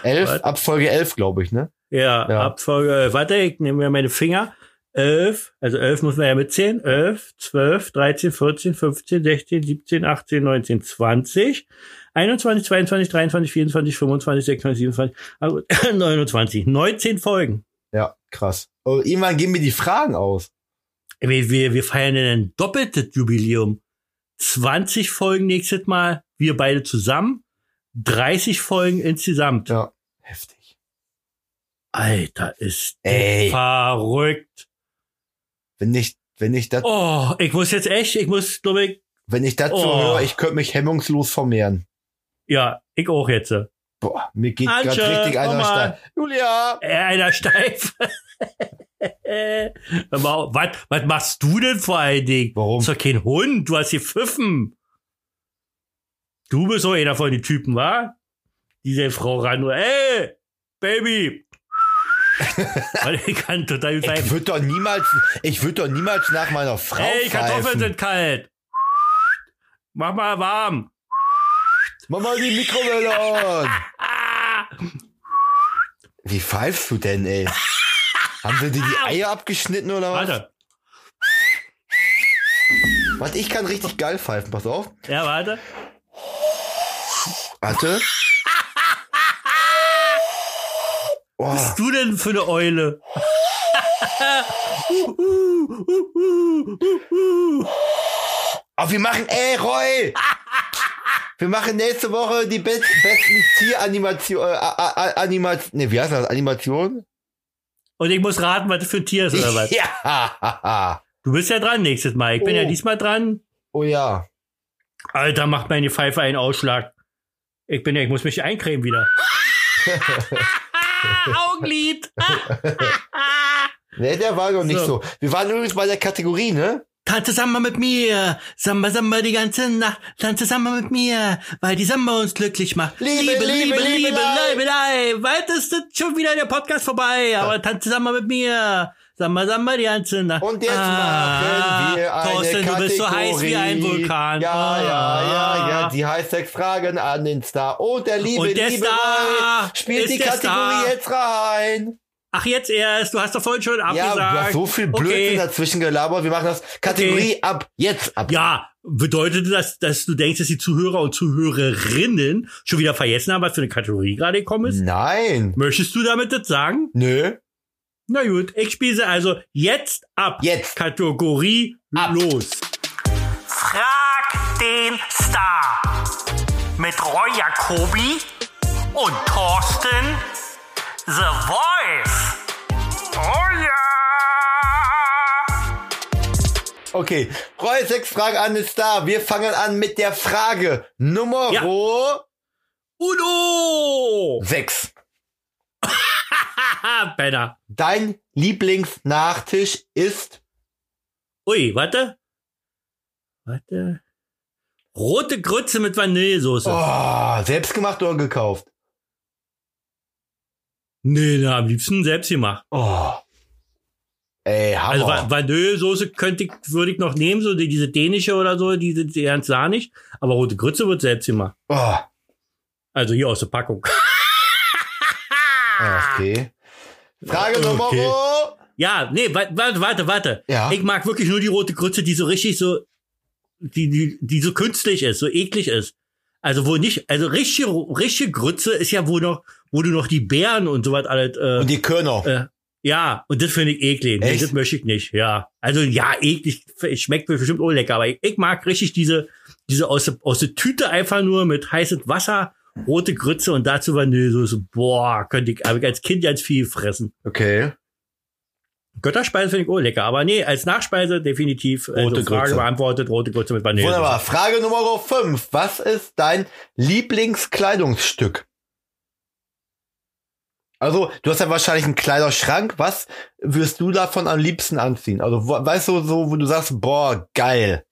B: äh,
A: 11,
B: was?
A: ab Folge 11, glaube ich, ne?
B: ja,
A: Ja.
B: Abfolge, elf. warte, ich nehme mir meine Finger. Elf, also elf muss man ja mitzählen. Elf, zwölf, dreizehn, vierzehn, fünfzehn, sechzehn, siebzehn, achtzehn, neunzehn, zwanzig, 21, 22, 23, 24, 25, 26, 27, 28, 29. 19 Folgen.
A: Ja, krass. Oh, irgendwann gehen mir die Fragen aus.
B: Wir, wir, wir feiern ja ein doppeltes Jubiläum. 20 Folgen nächstes Mal, wir beide zusammen. 30 Folgen insgesamt.
A: Ja. Heftig.
B: Alter, ist das
A: Ey.
B: verrückt.
A: Wenn ich, wenn ich das,
B: Oh, ich muss jetzt echt, ich muss, glaube ich,
A: wenn ich das so
B: Oh.
A: höre, ich könnte mich hemmungslos vermehren.
B: ja, ich auch jetzt. Äh,
A: Boah, mir geht gerade
B: Antje,
A: richtig einer
B: nochmal.
A: steil. Julia!
B: Äh, einer steif. (laughs) was, was machst du denn vor allen Dingen?
A: Warum?
B: Ist doch kein Hund, du hast hier Pfiffen. Du bist so einer von den Typen, wa? Diese Frau ran, ey,
A: (laughs)
B: Baby. Weil ich kann total gut
A: Ich
B: sein.
A: würde doch niemals, ich würde doch niemals nach meiner Frau
B: Ey, Kartoffeln
A: greifen.
B: sind kalt. Mach mal warm.
A: Mach mal die Mikrowelle an!
B: Ah, (laughs)
A: Wie pfeifst du denn, ey? Haben sie dir die Eier abgeschnitten oder was?
B: warte.
A: Warte, ich kann richtig geil pfeifen, pass auf.
B: Ja, warte. (laughs)
A: Warte. Oh,
B: Was bist du denn für eine Eule?
A: aber wir machen, ey,
B: (laughs)
A: Roy! Wir machen nächste Woche die be besten Tieranimation, äh, Animation, ne, wie heißt das? Animation?
B: Und ich muss raten, was das für ein Tier ist oder
A: (laughs)
B: was?
A: Ja!
B: Du bist ja dran nächstes Mal. Ich bin
A: Oh.
B: ja diesmal dran.
A: Oh ja.
B: Alter, macht meine Pfeife einen Ausschlag. Ich bin ja, ich muss mich
A: (laughs)
B: eincremen wieder. Augenlid.
A: Ne, der war noch nicht
B: So.
A: so. Wir waren übrigens bei der Kategorie, ne?
B: Tanze Samba mit mir, Samba Samba die ganze Nacht, tanze Samba mit mir, weil die Samba uns glücklich macht.
A: Liebe, Liebe, Liebe,
B: Liebe, Liebe, Liebe, bald ist das schon wieder der Podcast vorbei, aber tanze Samba mit mir. Samba, samba die ganze Nacht. Ah,
A: Und jetzt machen wir eine
B: Thorsten,
A: Kategorie.
B: du bist so heiß wie ein Vulkan.
A: Ja, ja, ja, ja.
B: Ah.
A: Die heißt sechs Fragen an den Star. Und der liebe,
B: Und der
A: liebe
B: Star
A: Roy spielt
B: ist
A: die
B: der
A: Kategorie
B: Star.
A: jetzt rein.
B: Ach, jetzt erst. Du hast doch vorhin schon
A: Ja,
B: abgesagt.
A: du hast so viel Blödsinn
B: Okay.
A: dazwischen gelabert. Wir machen das Kategorie ab. Jetzt ab.
B: Ja, bedeutet das, dass du denkst, dass die Zuhörer und Zuhörerinnen schon wieder vergessen haben, was für eine Kategorie gerade gekommen ist?
A: Nein.
B: Möchtest du damit das sagen?
A: Nö.
B: Na gut, ich spiele sie also jetzt ab.
A: Jetzt.
B: Kategorie
A: Ab.
B: los.
C: Frag den Star mit Roy Jacobi und Thorsten The Voice. Oh ja!
A: Okay. Roy, sechs Fragen an den Star. Wir fangen an mit der Frage Nummer
B: Ja. Udo!
A: sechs.
B: Haha, (laughs) Penner.
A: Dein Lieblingsnachtisch ist
B: Ui, warte. Warte. Rote Grütze mit Vanillesoße.
A: oh, selbstgemacht oder gekauft?
B: Nee, na, am liebsten selbst gemacht.
A: Oh. Ey, Hammer.
B: Also Va Vanillesoße könnte ich, würde ich noch nehmen, so die, diese dänische oder so, diese die ganz sahnig. Aber rote Grütze wird selbst gemacht.
A: oh.
B: Also hier aus der Packung. (laughs)
A: Ah, Okay. Frage
B: Okay.
A: Nummer.
B: Ja, nee, wa- warte, warte, warte.
A: Ja.
B: Ich mag wirklich nur die rote Grütze, die so richtig so, die, die, die so künstlich ist, so eklig ist. Also wo nicht, also richtige, richtige Grütze ist ja wo noch, wo du noch die Beeren und sowas alles, äh,
A: Und die Körner.
B: äh, ja, und das finde ich eklig. Nee,
A: Echt?
B: das möchte ich nicht, ja. Also ja, eklig, f- schmeckt mir bestimmt auch lecker, aber ich, ich mag richtig diese, diese aus, der- aus der Tüte einfach nur mit heißem Wasser, rote Grütze und dazu Vanillesoße. Boah, könnte ich, hab ich als Kind ganz viel fressen.
A: Okay.
B: Götterspeise finde ich auch lecker, aber nee, als Nachspeise definitiv rote also
A: Rote
B: Frage
A: Grütze.
B: beantwortet, rote Grütze mit Vanille.
A: Wunderbar. Frage Nummer 5. Was ist dein Lieblingskleidungsstück? Also, du hast ja wahrscheinlich einen Kleiderschrank. Was wirst du davon am liebsten anziehen? Also, wo- weißt du, so, wo du sagst, boah, geil.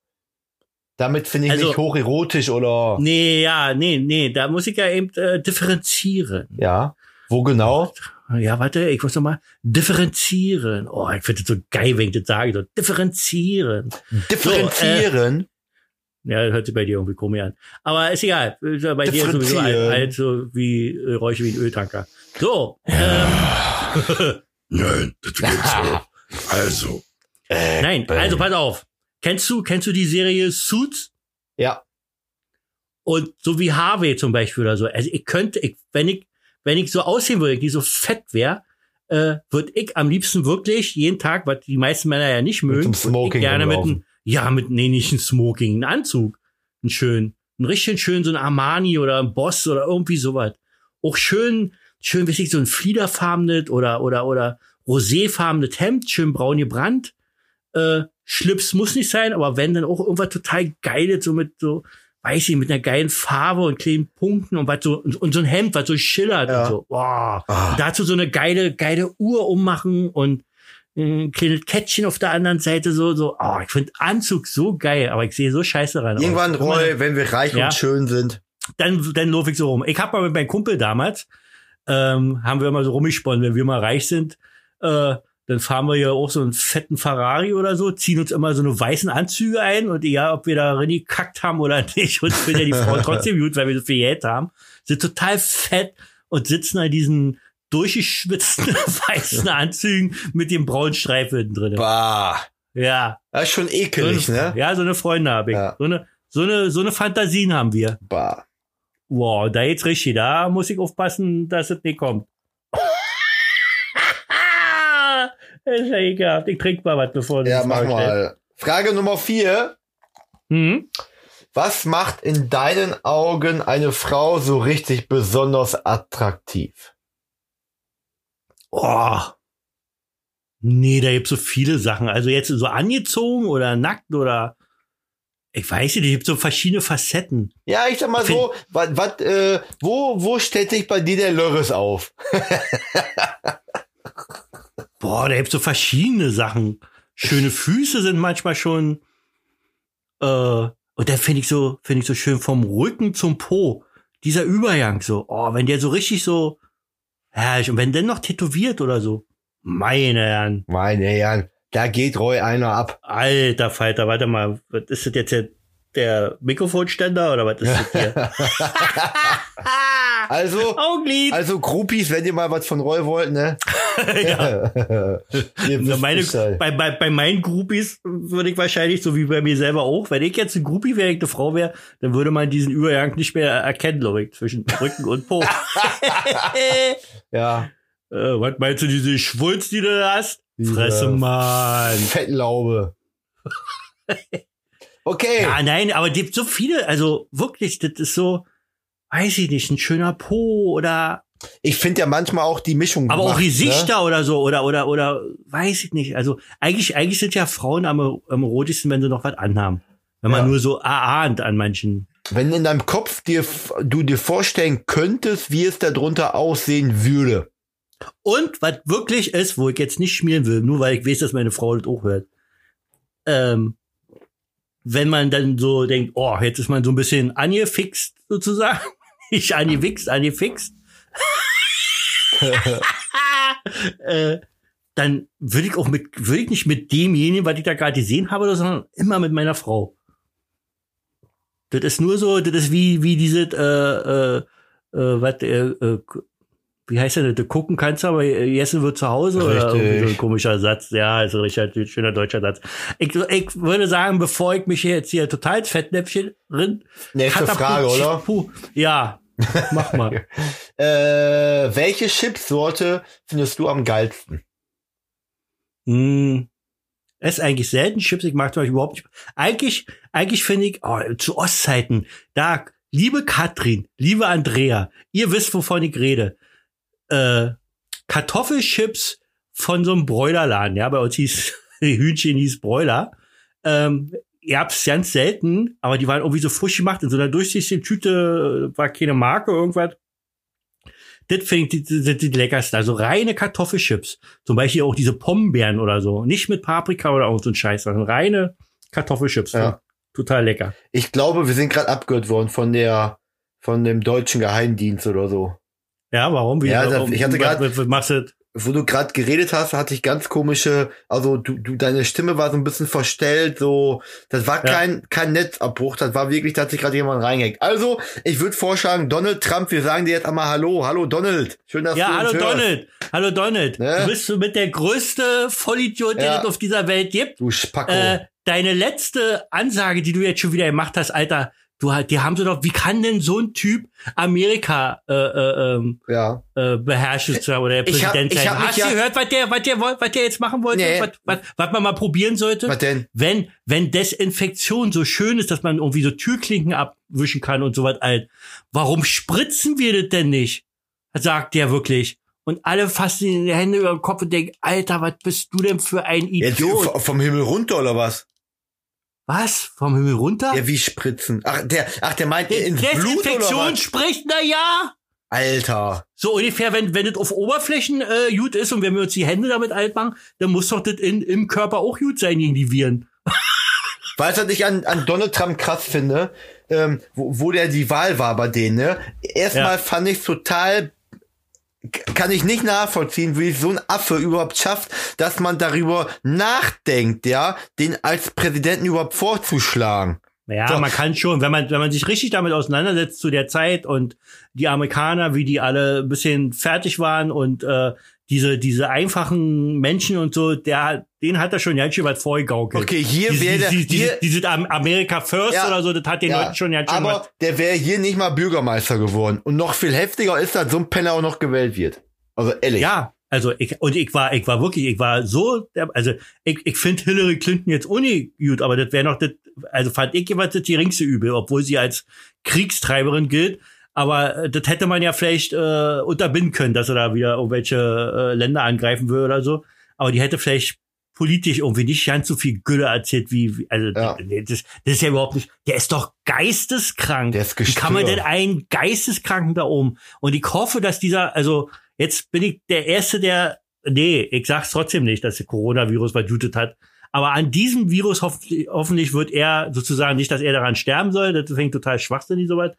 A: Damit finde ich
B: Also-
A: nicht hocherotisch oder,
B: Nee, ja, nee, nee, da muss ich ja eben äh, differenzieren.
A: ja. Wo genau?
B: Ja, warte, ich muss noch mal differenzieren. Oh, ich finde das so geil, wenn ich das sage, so differenzieren.
A: Differenzieren.
B: Ja, hört sich bei dir irgendwie komisch an. Aber ist egal, ist ja bei dir sowieso
A: Differenzieren.
B: alt, alt so wie äh, Räuche wie ein Öltanker. So,
D: Nein, das gibt's doch. Also,
A: Äh,
B: nein, also pass auf. Kennst du, kennst du die Serie Suits?
A: ja.
B: Und so wie Harvey zum Beispiel oder so. Also ich könnte, ich, wenn ich, wenn ich so aussehen würde, die so fett wäre, äh, würde ich am liebsten wirklich jeden Tag, was die meisten Männer ja nicht mögen,
A: einem
B: würd ich
A: Smoking
B: gerne mit einem,
A: rumlaufen.
B: ja, mit nee, nicht einem Smoking, einen Anzug, einen schönen, einen richtig schönen, so einen Armani oder einen Boss oder irgendwie sowas. Auch schön, schön, weiß ich, so ein fliederfarbenes oder, oder, oder roséfarbenes Hemd, schön braun gebrannt. Äh, Schlips muss nicht sein, aber wenn, dann auch irgendwas total geiles, so mit so, weiß ich, mit einer geilen Farbe und kleinen Punkten und was so, und, und so ein Hemd, was so schillert
A: Ja.
B: und so. Wow.
A: Ah.
B: Und dazu so eine geile, geile Uhr ummachen und ein kleines Kettchen auf der anderen Seite so, so, oh, ich finde Anzug so geil, aber ich sehe so scheiße rein. aus.
A: Irgendwann,
B: Guck mal,
A: Roy, wenn wir reich
B: Ja.
A: und schön sind.
B: dann, dann laufe ich so rum. Ich hab mal mit meinem Kumpel damals, ähm, haben wir immer so rumgesponnen, wenn wir mal reich sind, äh, dann fahren wir ja auch so einen fetten Ferrari oder so, ziehen uns immer so eine weißen Anzüge ein und egal, ob wir da rein gekackt haben oder (laughs) nicht, uns findet ja die Frau trotzdem gut, weil wir so viel Geld haben, sind total fett und sitzen an diesen durchgeschwitzten (laughs) weißen Anzügen mit dem braunen Streifen drin.
A: Bah.
B: Ja.
A: Das ist schon
B: So eine-
A: ekelig, ne?
B: Ja, so eine Freunde habe ich.
A: Ja.
B: So, eine, so, eine, so eine Fantasien haben wir.
A: Bah.
B: Wow, da jetzt richtig, da muss ich aufpassen, dass es nicht kommt. das ist ja ekelhaft. Ich trink mal was, bevor du
A: Ja,
B: die
A: mach
B: Frage stellst.
A: mal. Frage Nummer vier.
B: Hm?
A: Was macht in deinen Augen eine Frau so richtig besonders attraktiv?
B: Oh. Nee, da gibt's so viele Sachen. Also jetzt so angezogen oder nackt oder ich weiß nicht, da gibt's so verschiedene Facetten.
A: Ja, ich sag mal so, wat, wat, äh, wo, wo stellt sich bei dir der Lörres auf?
B: Boah, da gibt's so verschiedene Sachen. Schöne Füße sind manchmal schon. Äh, und da finde ich so, finde ich so schön vom Rücken zum Po. Dieser Übergang so. Oh, wenn der so richtig so. Herrlich. Und wenn der noch tätowiert oder so. Meine Herren.
A: Meine Herren, da geht Roy einer ab.
B: Alter Falter, warte mal. Was ist das jetzt der, der Mikrofonständer oder was ist das hier?
A: Also,
B: (laughs) Augenlid.
A: also Groupies, wenn ihr mal was von Roy wollt,
B: (laughs)
A: ne? ja. (laughs) ihr
B: Also
A: wisst
B: meine,
A: Bescheid.
B: bei, bei, bei meinen Groupies würde ich wahrscheinlich, so wie bei mir selber auch, wenn ich jetzt ein Groupie wäre, ich eine Frau wäre, dann würde man diesen Übergang nicht mehr erkennen, glaube ich, zwischen Rücken und (laughs) Po. äh,
A: ja,
B: was meinst du, diese Schwulz, die du da hast?
A: Diese-
B: Fresse, Mann. (laughs)
A: Fettlaube. Okay.
B: Ja, Ah, nein, aber gibt so viele, also wirklich, das ist so, weiß ich nicht, ein schöner Po oder,
A: Ich finde ja manchmal auch die Mischung. ne?
B: aber auch
A: macht's,
B: Gesichter oder so, oder, oder, oder, weiß ich nicht. Also eigentlich, eigentlich sind ja Frauen am, am erotischsten, wenn sie noch was anhaben. Wenn man
A: Ja.
B: nur so erahnt an manchen.
A: Ne? Wenn in deinem Kopf dir f- du dir vorstellen könntest, wie es darunter aussehen würde.
B: Und was wirklich ist, wo ich jetzt nicht schmieren will, nur weil ich weiß, dass meine Frau das auch hört. Ähm, wenn man dann so denkt, oh, jetzt ist man so ein bisschen angefixt sozusagen. Ich angewichst, angefixt. äh, dann würde ich auch mit, würde ich nicht mit demjenigen, was ich da gerade gesehen habe, sondern immer mit meiner Frau. Das ist nur so, das ist wie, wie diese, äh, äh, äh, was, äh, äh, wie heißt denn das? Du gucken kannst, aber Jessen wird zu Hause oder
A: Richtig.
B: irgendwie so ein komischer Satz. Ja, ist ein richtig schöner deutscher Satz. Ich, ich würde sagen, bevor ich mich jetzt hier total ins Fettnäpfchen rin.
A: Nächste Frage, oder?
B: Puh, ja,
A: (laughs)
B: mach mal.
A: Äh, welche Chipsorte findest du am geilsten?
B: Mm. Es ist eigentlich selten Chips, ich mag zum Beispiel überhaupt nicht. Eigentlich, eigentlich finde ich, oh, zu Ostzeiten, da, liebe Katrin, liebe Andrea, ihr wisst, wovon ich rede. Äh, Kartoffelchips von so einem Bräulerladen, ja, bei uns hieß, (laughs) die Hühnchen hieß Bräuler. Ähm, ihr habt's ganz selten, aber die waren irgendwie so frisch gemacht in so einer durchsichtigen Tüte, äh, war keine Marke, irgendwas. Das finde ich, das sind die leckersten. Also reine Kartoffelchips. Zum Beispiel auch diese Pombeeren oder so. Nicht mit Paprika oder auch so ein Scheiß, sondern reine Kartoffelchips.
A: Ja.
B: Total lecker.
A: Ich glaube, wir sind gerade abgehört worden von der von dem deutschen Geheimdienst oder so.
B: Ja, warum? Wie,
A: Ja, da-
B: warum-
A: ich hatte grad-
B: was- was machst du?
A: Wo du gerade geredet hast, hatte ich ganz komische, also du, du deine Stimme war so ein bisschen verstellt, so das war
B: Ja.
A: kein kein Netzabbruch, das war wirklich, da hat sich gerade jemand reingehackt. Also, ich würde vorschlagen, Donald Trump, wir sagen dir jetzt einmal hallo, hallo Donald. Schön, dass du
B: Ja,
A: uns
B: hallo
A: hörst.
B: Donald. Hallo Donald.
A: Ne?
B: Du bist so mit der größte Vollidiot, der
A: Ja. Oh.
B: es auf dieser Welt gibt.
A: Du Spacko.
B: Äh, deine letzte Ansage, die du jetzt schon wieder gemacht hast, Alter, du, die haben so doch, wie kann denn so ein Typ Amerika äh, äh, ähm,
A: ja.
B: äh, beherrschen zu- oder der
A: Ich hab-
B: Präsident
A: ich
B: sein?
A: hab mich
B: Hast
A: ja-
B: du gehört, was der, was der, wollt- was der jetzt machen wollte?
A: Nee.
B: Was, was, was man mal probieren sollte?
A: Was denn?
B: wenn, wenn Desinfektion so schön ist, dass man irgendwie so Türklinken abwischen kann und so was alt, warum spritzen wir das denn nicht? Sagt der wirklich. Und alle fassen ihn in die Hände über den Kopf und denken, Alter, was bist du denn für ein
A: Jetzt
B: Idiot?
A: v- vom Himmel runter oder was?
B: was? Vom Himmel runter?
A: Ja, wie spritzen. Ach, der ach, der meint
B: De-
A: ins Blut oder
B: Desinfektion
A: was?
B: spricht, na ja.
A: Alter.
B: So ungefähr, wenn, wenn das auf Oberflächen äh, gut ist und wenn wir uns die Hände damit alt machen, dann muss doch das in, im Körper auch gut sein gegen die Viren.
A: Weißt du, was ich an, an Donald Trump krass finde? Ähm, wo, wo der die Wahl war bei denen, ne? Erstmal
B: Ja.
A: fand ich total k- kann ich nicht nachvollziehen, wie so ein Affe überhaupt schafft, dass man darüber nachdenkt, ja, den als Präsidenten überhaupt vorzuschlagen.
B: Ja,
A: So.
B: man kann schon, wenn man, wenn man sich richtig damit auseinandersetzt zu der Zeit und die Amerikaner, wie die alle ein bisschen fertig waren und äh, diese, diese einfachen Menschen und so, der, den hat er schon ganz schön was vorgegaukelt.
A: Okay, hier
B: die,
A: wäre der-
B: die, die, die,
A: hier-
B: die sind am America First
A: Ja.
B: oder so, das hat den Leuten schon ganz schön was.
A: aber der wäre hier nicht mal Bürgermeister geworden. Und noch viel heftiger ist, dass so ein Penner auch noch gewählt wird. Also ehrlich.
B: Ja, also ich, und ich war, ich war wirklich, ich war so, der- also ich, ich finde Hillary Clinton jetzt uni gut, aber das wäre noch das, also fand ich jeweils das geringste Übel, obwohl sie als Kriegstreiberin gilt. Aber äh, das hätte man ja vielleicht äh, unterbinden können, dass er da wieder irgendwelche äh, Länder angreifen würde oder so. Aber die hätte vielleicht politisch irgendwie nicht ganz so viel Gülle erzählt wie, wie also
A: Ja.
B: das, das ist ja überhaupt nicht, der ist doch geisteskrank.
A: Der ist
B: wie kann man
A: gestört.
B: denn einen Geisteskranken da oben? Und ich hoffe, dass dieser, also jetzt bin ich der Erste, der, nee, ich sag's trotzdem nicht, dass der Coronavirus verjutet hat. Aber an diesem Virus hoffentlich, hoffentlich wird er sozusagen nicht, dass er daran sterben soll. Das fängt total schwachsinnig soweit.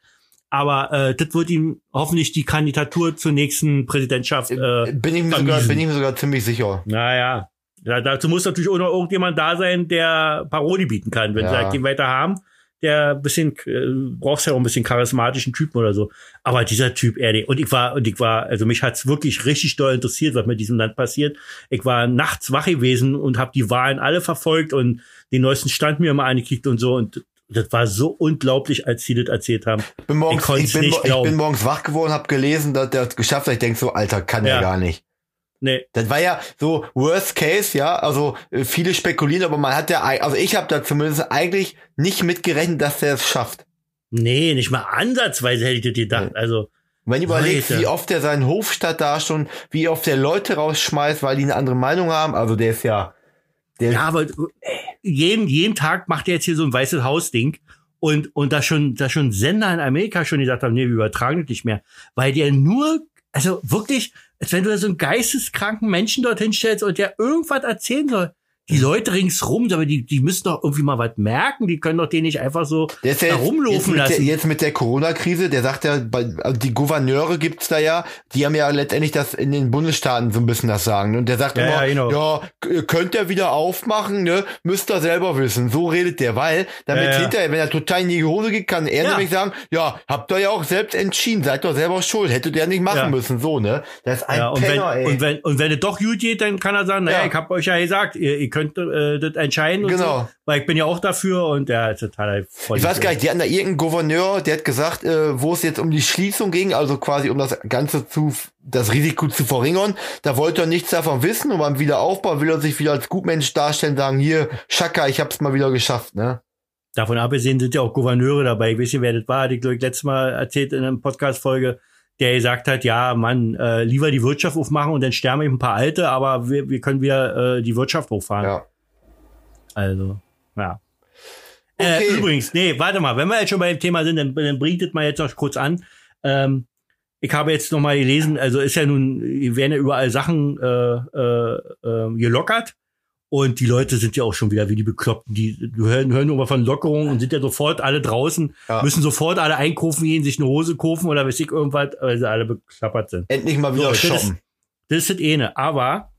B: Aber äh, das wird ihm hoffentlich die Kandidatur zur nächsten Präsidentschaft. Äh,
A: bin, ich mir sogar,
B: vermiesen.
A: bin ich mir sogar ziemlich sicher.
B: naja. Ja, dazu muss natürlich auch noch irgendjemand da sein, der Paroli bieten kann, wenn sie
A: Ja.
B: halt den weiter haben. Der ein bisschen, äh, brauchst ja auch ein bisschen charismatischen Typen oder so. Aber dieser Typ, ehrlich, und ich war, und ich war, also mich hat's wirklich richtig doll interessiert, was mit diesem Land passiert. Ich war nachts wach gewesen und habe die Wahlen alle verfolgt und den neuesten Stand mir immer angekickt und so. Und das war so unglaublich, als sie das erzählt haben.
A: Bin morgens,
B: Ich
A: ich,
B: konnt's
A: bin,
B: nicht
A: mo- ich
B: glauben.
A: bin morgens wach geworden, habe gelesen, dass der es geschafft hat. Ich denk so, Alter, kann ja.
B: Ja.
A: der gar nicht.
B: Nee,
A: Das war ja so Worst Case, ja. Also äh, viele spekulieren, aber man hat ja, ei- also ich habe da zumindest eigentlich nicht mitgerechnet, dass der es schafft.
B: nee, nicht mal ansatzweise hätte ich das gedacht. Also,
A: Wenn du überlegst,
B: Leute.
A: wie oft er seinen Hofstadt da schon, wie oft der Leute rausschmeißt, weil die eine andere Meinung haben, also der ist ja, der,
B: Ja, aber äh, jeden, jeden Tag macht er jetzt hier so ein weißes Haus-Ding. Und, und da schon, da schon Sender in Amerika schon gesagt haben, nee, wir übertragen das nicht mehr. Weil der nur, also wirklich, als wenn du da so einen geisteskranken Menschen dorthin stellst und der irgendwas erzählen soll. Die Leute ringsrum, aber die, die müssen doch irgendwie mal was merken. Die können doch den nicht einfach so
A: der ist ja
B: da
A: jetzt- jetzt
B: rumlaufen
A: mit
B: lassen.
A: Der, jetzt mit der Corona-Krise, der sagt ja, bei, also die Gouverneure gibt's da ja, die haben ja letztendlich das in den Bundesstaaten so ein bisschen das Sagen. ne? Und der sagt
B: Ja,
A: immer,
B: ja, genau.
A: ja, k- ihr könnt ihr wieder aufmachen, ne? Müsst ihr selber wissen. So redet der, weil damit
B: Ja, ja.
A: hinterher, wenn er total in die Hose geht, kann er
B: Ja.
A: nämlich sagen, ja, habt ihr ja auch selbst entschieden, seid doch selber schuld, hättet ihr nicht machen
B: Ja.
A: müssen, so, ne? Das ist ein
B: ja, und,
A: Penner,
B: wenn,
A: ey.
B: und wenn und wenn es doch gut geht, dann kann er sagen, naja,
A: Ja.
B: ich hab euch ja gesagt, ihr, ihr könnt äh, das entscheiden und
A: Genau.
B: so, weil ich bin ja auch dafür und der ist total voll.
A: Ich weiß gar nicht, die hatten da irgendeinen Gouverneur, der hat gesagt, äh, wo es jetzt um die Schließung ging, also quasi um das Ganze zu, das Risiko zu verringern, da wollte er nichts davon wissen und beim Wiederaufbau will er sich wieder als Gutmensch darstellen, sagen, hier, Schaka, ich hab's mal wieder geschafft, ne?
B: Davon abgesehen sind ja auch Gouverneure dabei. Ich weiß nicht, wer das war, die glaube ich letztes Mal erzählt in einer Podcast-Folge, der gesagt hat, ja, Mann, äh, lieber die Wirtschaft aufmachen und dann sterben eben ein paar Alte, aber wir, wir können wieder äh, die Wirtschaft hochfahren.
A: Ja.
B: Also, ja.
A: Okay.
B: Äh, übrigens, nee, warte mal, wenn wir jetzt schon bei dem Thema sind, dann, dann bringt es mal jetzt noch kurz an. Ähm, ich habe jetzt noch mal gelesen, also ist ja nun, werden ja überall Sachen äh, äh, äh, gelockert und die Leute sind ja auch schon wieder wie die Bekloppten, die hören, hören nur mal von Lockerungen und sind ja sofort alle draußen,
A: Ja.
B: müssen sofort alle einkaufen gehen, sich eine Hose kaufen oder weiß ich irgendwas, weil sie alle beklappert sind.
A: Endlich mal wieder
B: So, das ist-
A: shoppen.
B: Das ist das eine. Aber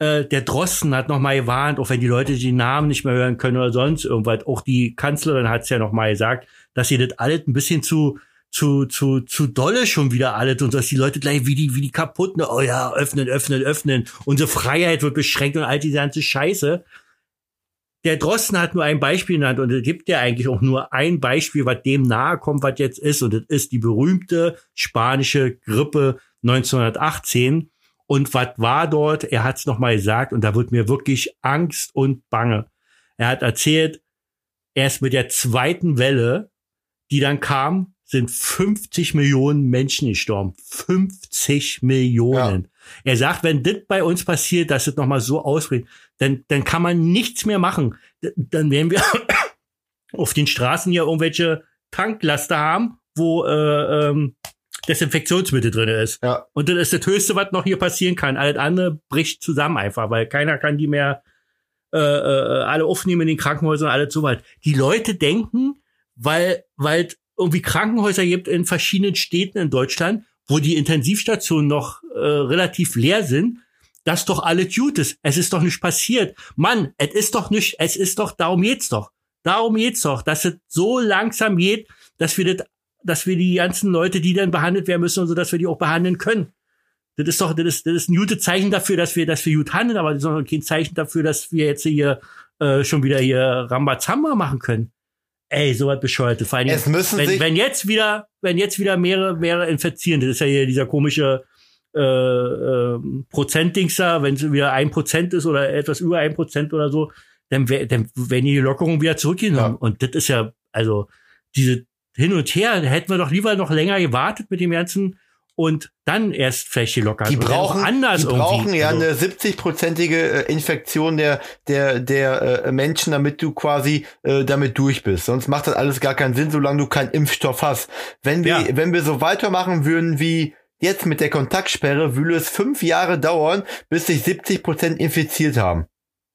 B: äh, der Drosten hat nochmal gewarnt, auch wenn die Leute die Namen nicht mehr hören können oder sonst irgendwas. Auch die Kanzlerin hat es ja nochmal gesagt, dass sie das alles ein bisschen zu zu zu zu dolle schon wieder alles und dass die Leute gleich wie die wie die kaputten oh ja öffnen öffnen öffnen unsere Freiheit wird beschränkt und all diese ganze Scheiße der Drosten hat nur ein Beispiel genannt und es gibt ja eigentlich auch nur ein Beispiel, was dem nahe kommt, was jetzt ist. Und das ist die berühmte spanische Grippe 1918. Und was war dort? Er hat es nochmal gesagt und da wird mir wirklich Angst und Bange. Er hat erzählt, erst mit der zweiten Welle, die dann kam, sind 50 Millionen Menschen gestorben. 50 Millionen. Er sagt, wenn das bei uns passiert, dass es nochmal so ausbricht, dann, dann kann man nichts mehr machen. D dann werden wir (coughs) auf den Straßen ja irgendwelche Tanklaster haben, wo äh, ähm, Desinfektionsmittel drin ist.
A: Ja.
B: Und das ist das Höchste, was noch hier passieren kann. Alles andere bricht zusammen einfach, weil keiner kann die mehr äh, äh, alle aufnehmen in den Krankenhäusern, alle zu weit. Die Leute denken, weil weil es irgendwie Krankenhäuser gibt in verschiedenen Städten in Deutschland, wo die Intensivstationen noch äh, relativ leer sind, dass doch alles gut ist. Es ist doch nicht passiert. Mann, es ist doch nicht, es ist doch, darum geht's doch. Darum geht's doch, dass es so langsam geht, dass wir das, dass wir die ganzen Leute, die dann behandelt werden müssen und so, dass wir die auch behandeln können. Das ist doch, das ist, das ist ein gutes Zeichen dafür, dass wir, dass wir gut handeln, aber das ist doch kein Zeichen dafür, dass wir jetzt hier äh, schon wieder hier Rambazamba machen können. Ey, sowas bescheuerte. Vor allen Dingen,
A: Es müssen
B: wenn,
A: sich,
B: wenn jetzt wieder, wenn jetzt wieder mehrere, mehrere infizieren, das ist ja hier dieser komische äh, ähm, Prozentdings da, wenn es wieder ein Prozent ist oder etwas über ein Prozent oder so, dann, wär- dann werden die Lockerungen wieder zurückgenommen.
A: Ja.
B: Und das ist ja, also diese hin und her, da hätten wir doch lieber noch länger gewartet mit dem ganzen und dann erst vielleicht gelockert.
A: die
B: Oder auch
A: brauchen,
B: anders
A: die brauchen
B: irgendwie.
A: ja
B: Also-
A: eine 70-prozentige äh, Infektion der, der, der äh, Menschen, damit du quasi äh, damit durch bist. Sonst macht das alles gar keinen Sinn, solange du keinen Impfstoff hast. Wenn wir,
B: Ja.
A: wenn wir so weitermachen würden wie jetzt mit der Kontaktsperre, würde es fünf Jahre dauern, bis sich 70 Prozent infiziert haben.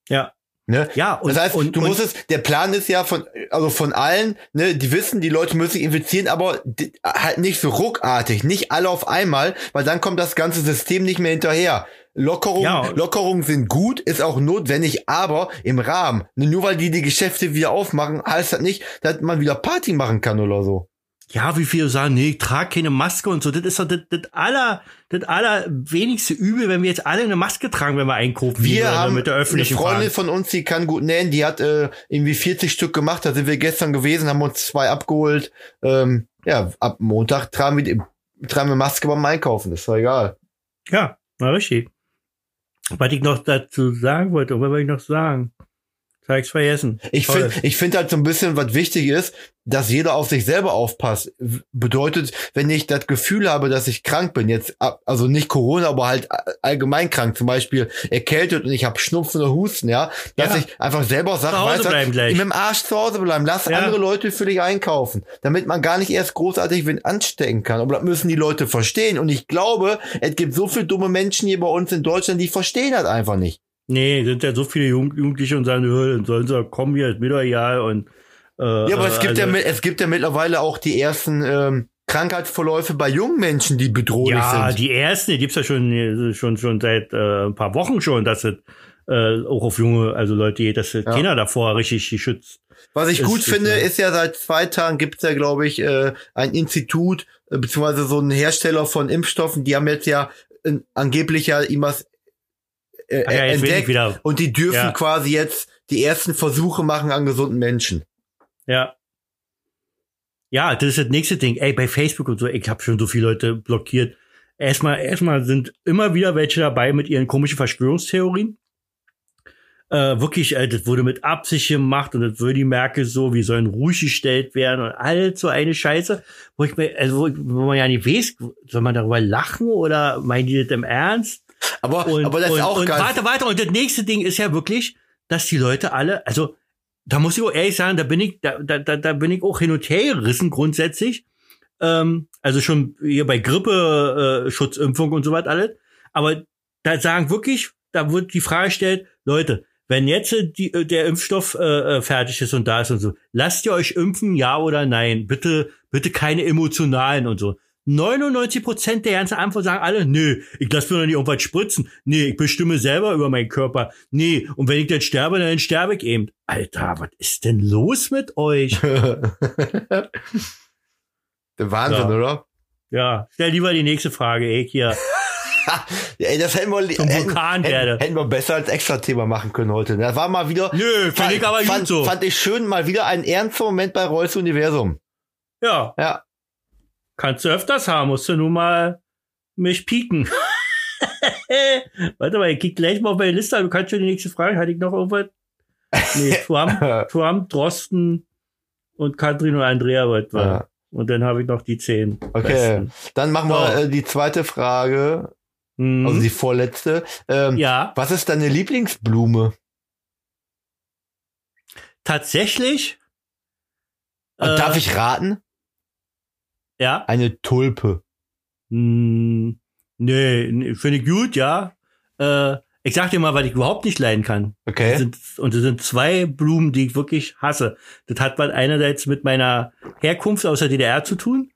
B: Ja.
A: Ne?
B: Ja,
A: Und, das heißt,
B: und,
A: du
B: und,
A: musst es, der Plan ist ja von, also von allen, ne, die wissen, die Leute müssen sich infizieren, aber di- halt nicht so ruckartig, nicht alle auf einmal, weil dann kommt das ganze System nicht mehr hinterher. Lockerungen,
B: Ja.
A: Lockerungen sind gut, ist auch notwendig, aber im Rahmen. Ne, Nur weil die die Geschäfte wieder aufmachen, heißt das nicht, dass man wieder Party machen kann oder so.
B: Ja, wie viele sagen, nee, ich trag keine Maske und so. Das ist doch das, das aller, das allerwenigste Übel, wenn wir jetzt alle eine Maske tragen, wenn wir einkaufen gehen
A: Wir
B: oder
A: haben
B: mit der öffentlichen
A: eine Freundin
B: Bahn.
A: von uns, die kann gut nähen, die hat äh, irgendwie 40 Stück gemacht, da sind wir gestern gewesen, haben uns zwei abgeholt. Ähm, ja, ab Montag tragen wir, die- tragen wir Maske beim Einkaufen, ist doch egal.
B: Ja, na richtig. Was ich noch dazu sagen wollte, was wollte ich noch sagen? Jetzt hab ich's vergessen.
A: Ich
B: Toll.
A: finde ich find halt so ein bisschen, was wichtig ist, dass jeder auf sich selber aufpasst. W- Bedeutet, wenn ich das Gefühl habe, dass ich krank bin, jetzt, ab- also nicht Corona, aber halt a- allgemein krank, zum Beispiel erkältet und ich habe Schnupfen oder Husten, ja, dass
B: Ja.
A: ich einfach selber sage,
B: Zu Hause
A: weißt du,
B: bleiben gleich.
A: mit dem Arsch zu Hause bleiben, lass
B: Ja.
A: andere Leute für dich einkaufen, damit man gar nicht erst großartig wen anstecken kann. Aber das müssen die Leute verstehen. Und ich glaube, es gibt so viele dumme Menschen hier bei uns in Deutschland, die verstehen das einfach nicht.
B: Nee, sind ja so viele Jugend- Jugendliche und sagen, "Hö, dann sollen sie kommen hier, ist mir doch egal und äh,
A: Ja, aber es
B: äh,
A: gibt, ja,
B: also-
A: mi- es gibt ja mittlerweile auch die ersten ähm, Krankheitsverläufe bei jungen Menschen, die bedrohlich
B: ja,
A: sind.
B: die ersten, die gibt's ja schon, schon, schon seit äh, ein paar Wochen schon, dass es äh, auch auf junge, also Leute geht, dass ja. keiner davor richtig geschützt.
A: Was ich
B: ist-
A: gut
B: ist,
A: finde,
B: ja.
A: ist ja seit zwei Tagen gibt's ja, glaube ich, äh, ein Institut, äh, beziehungsweise so einen Hersteller von Impfstoffen, die haben jetzt ja äh, angeblich ja immer äh,
B: Ach ja, jetzt wenig
A: entdeckt
B: wieder.
A: und die dürfen
B: Ja.
A: quasi jetzt die ersten Versuche machen an gesunden Menschen.
B: Ja. Ja, das ist das nächste Ding. Ey, bei Facebook und so, ich habe schon so viele Leute blockiert. Erstmal, erstmal sind immer wieder welche dabei mit ihren komischen Verschwörungstheorien. Äh, wirklich, äh, das wurde mit Absicht gemacht und das würde die Merkel so, wir sollen ruhig gestellt werden und all so eine Scheiße, wo ich mir, also wo, ich- wo man ja nicht weiß, soll man darüber lachen oder meinen die das im Ernst?
A: Aber, aber das
B: und,
A: ist auch
B: und
A: geil.
B: Warte, warte. Und das nächste Ding ist ja wirklich, dass die Leute alle, also da muss ich auch ehrlich sagen, da bin ich, da, da, da da bin ich auch hin und her gerissen grundsätzlich. Ähm, also schon hier bei Grippe, äh, Schutzimpfung und so was alles. Aber da sagen wirklich, da wird die Frage gestellt, Leute, wenn jetzt äh, die, äh, der Impfstoff äh, äh, fertig ist und da ist und so, lasst ihr euch impfen, ja oder nein? Bitte, bitte keine emotionalen und so. 99% der ganzen Antwort sagen alle, nö, ich lasse mir doch nicht irgendwas spritzen. Nee, ich bestimme selber über meinen Körper. Nee, und wenn ich dann sterbe, dann sterbe ich eben. Alter, was ist denn los mit euch?
A: (laughs) Der Wahnsinn,
B: Ja.
A: oder?
B: Ja, stell lieber die nächste Frage, ey,
A: (laughs)
B: hier.
A: Ey, das hätten wir,
B: Zum
A: hätten,
B: Vulkan werde.
A: hätten, hätten wir besser als extra Thema machen können heute. ne? Das war mal wieder.
B: Nö, finde ich aber
A: fand,
B: gut so.
A: fand ich schön, mal wieder einen ernsten Moment bei Reus Universum. (laughs)
B: Ja,
A: Ja.
B: kannst du öfters haben, musst du nun mal mich pieken. (laughs) Warte mal, ich kick gleich mal auf meine Liste, an. du kannst schon die nächste Frage, hatte ich noch irgendwas? Nee,
A: (laughs)
B: Trump,
A: Ja.
B: Trump, Drosten und Katrin und Andrea wollten wir. Und dann habe ich noch die zehn.
A: Okay.
B: besten.
A: Dann machen wir
B: So.
A: äh, die zweite Frage,
B: Mhm.
A: also die vorletzte. Ähm,
B: ja,
A: Was ist deine Lieblingsblume?
B: tatsächlich.
A: Und
B: Äh,
A: darf ich raten?
B: Ja.
A: Eine Tulpe.
B: Hm, nee, nee finde ich gut, ja. Äh, ich sag dir mal, was ich überhaupt nicht leiden kann. Das
A: Okay.
B: Sind, und es sind zwei Blumen, die ich wirklich hasse. Das hat was einerseits mit meiner Herkunft aus der DDR zu tun.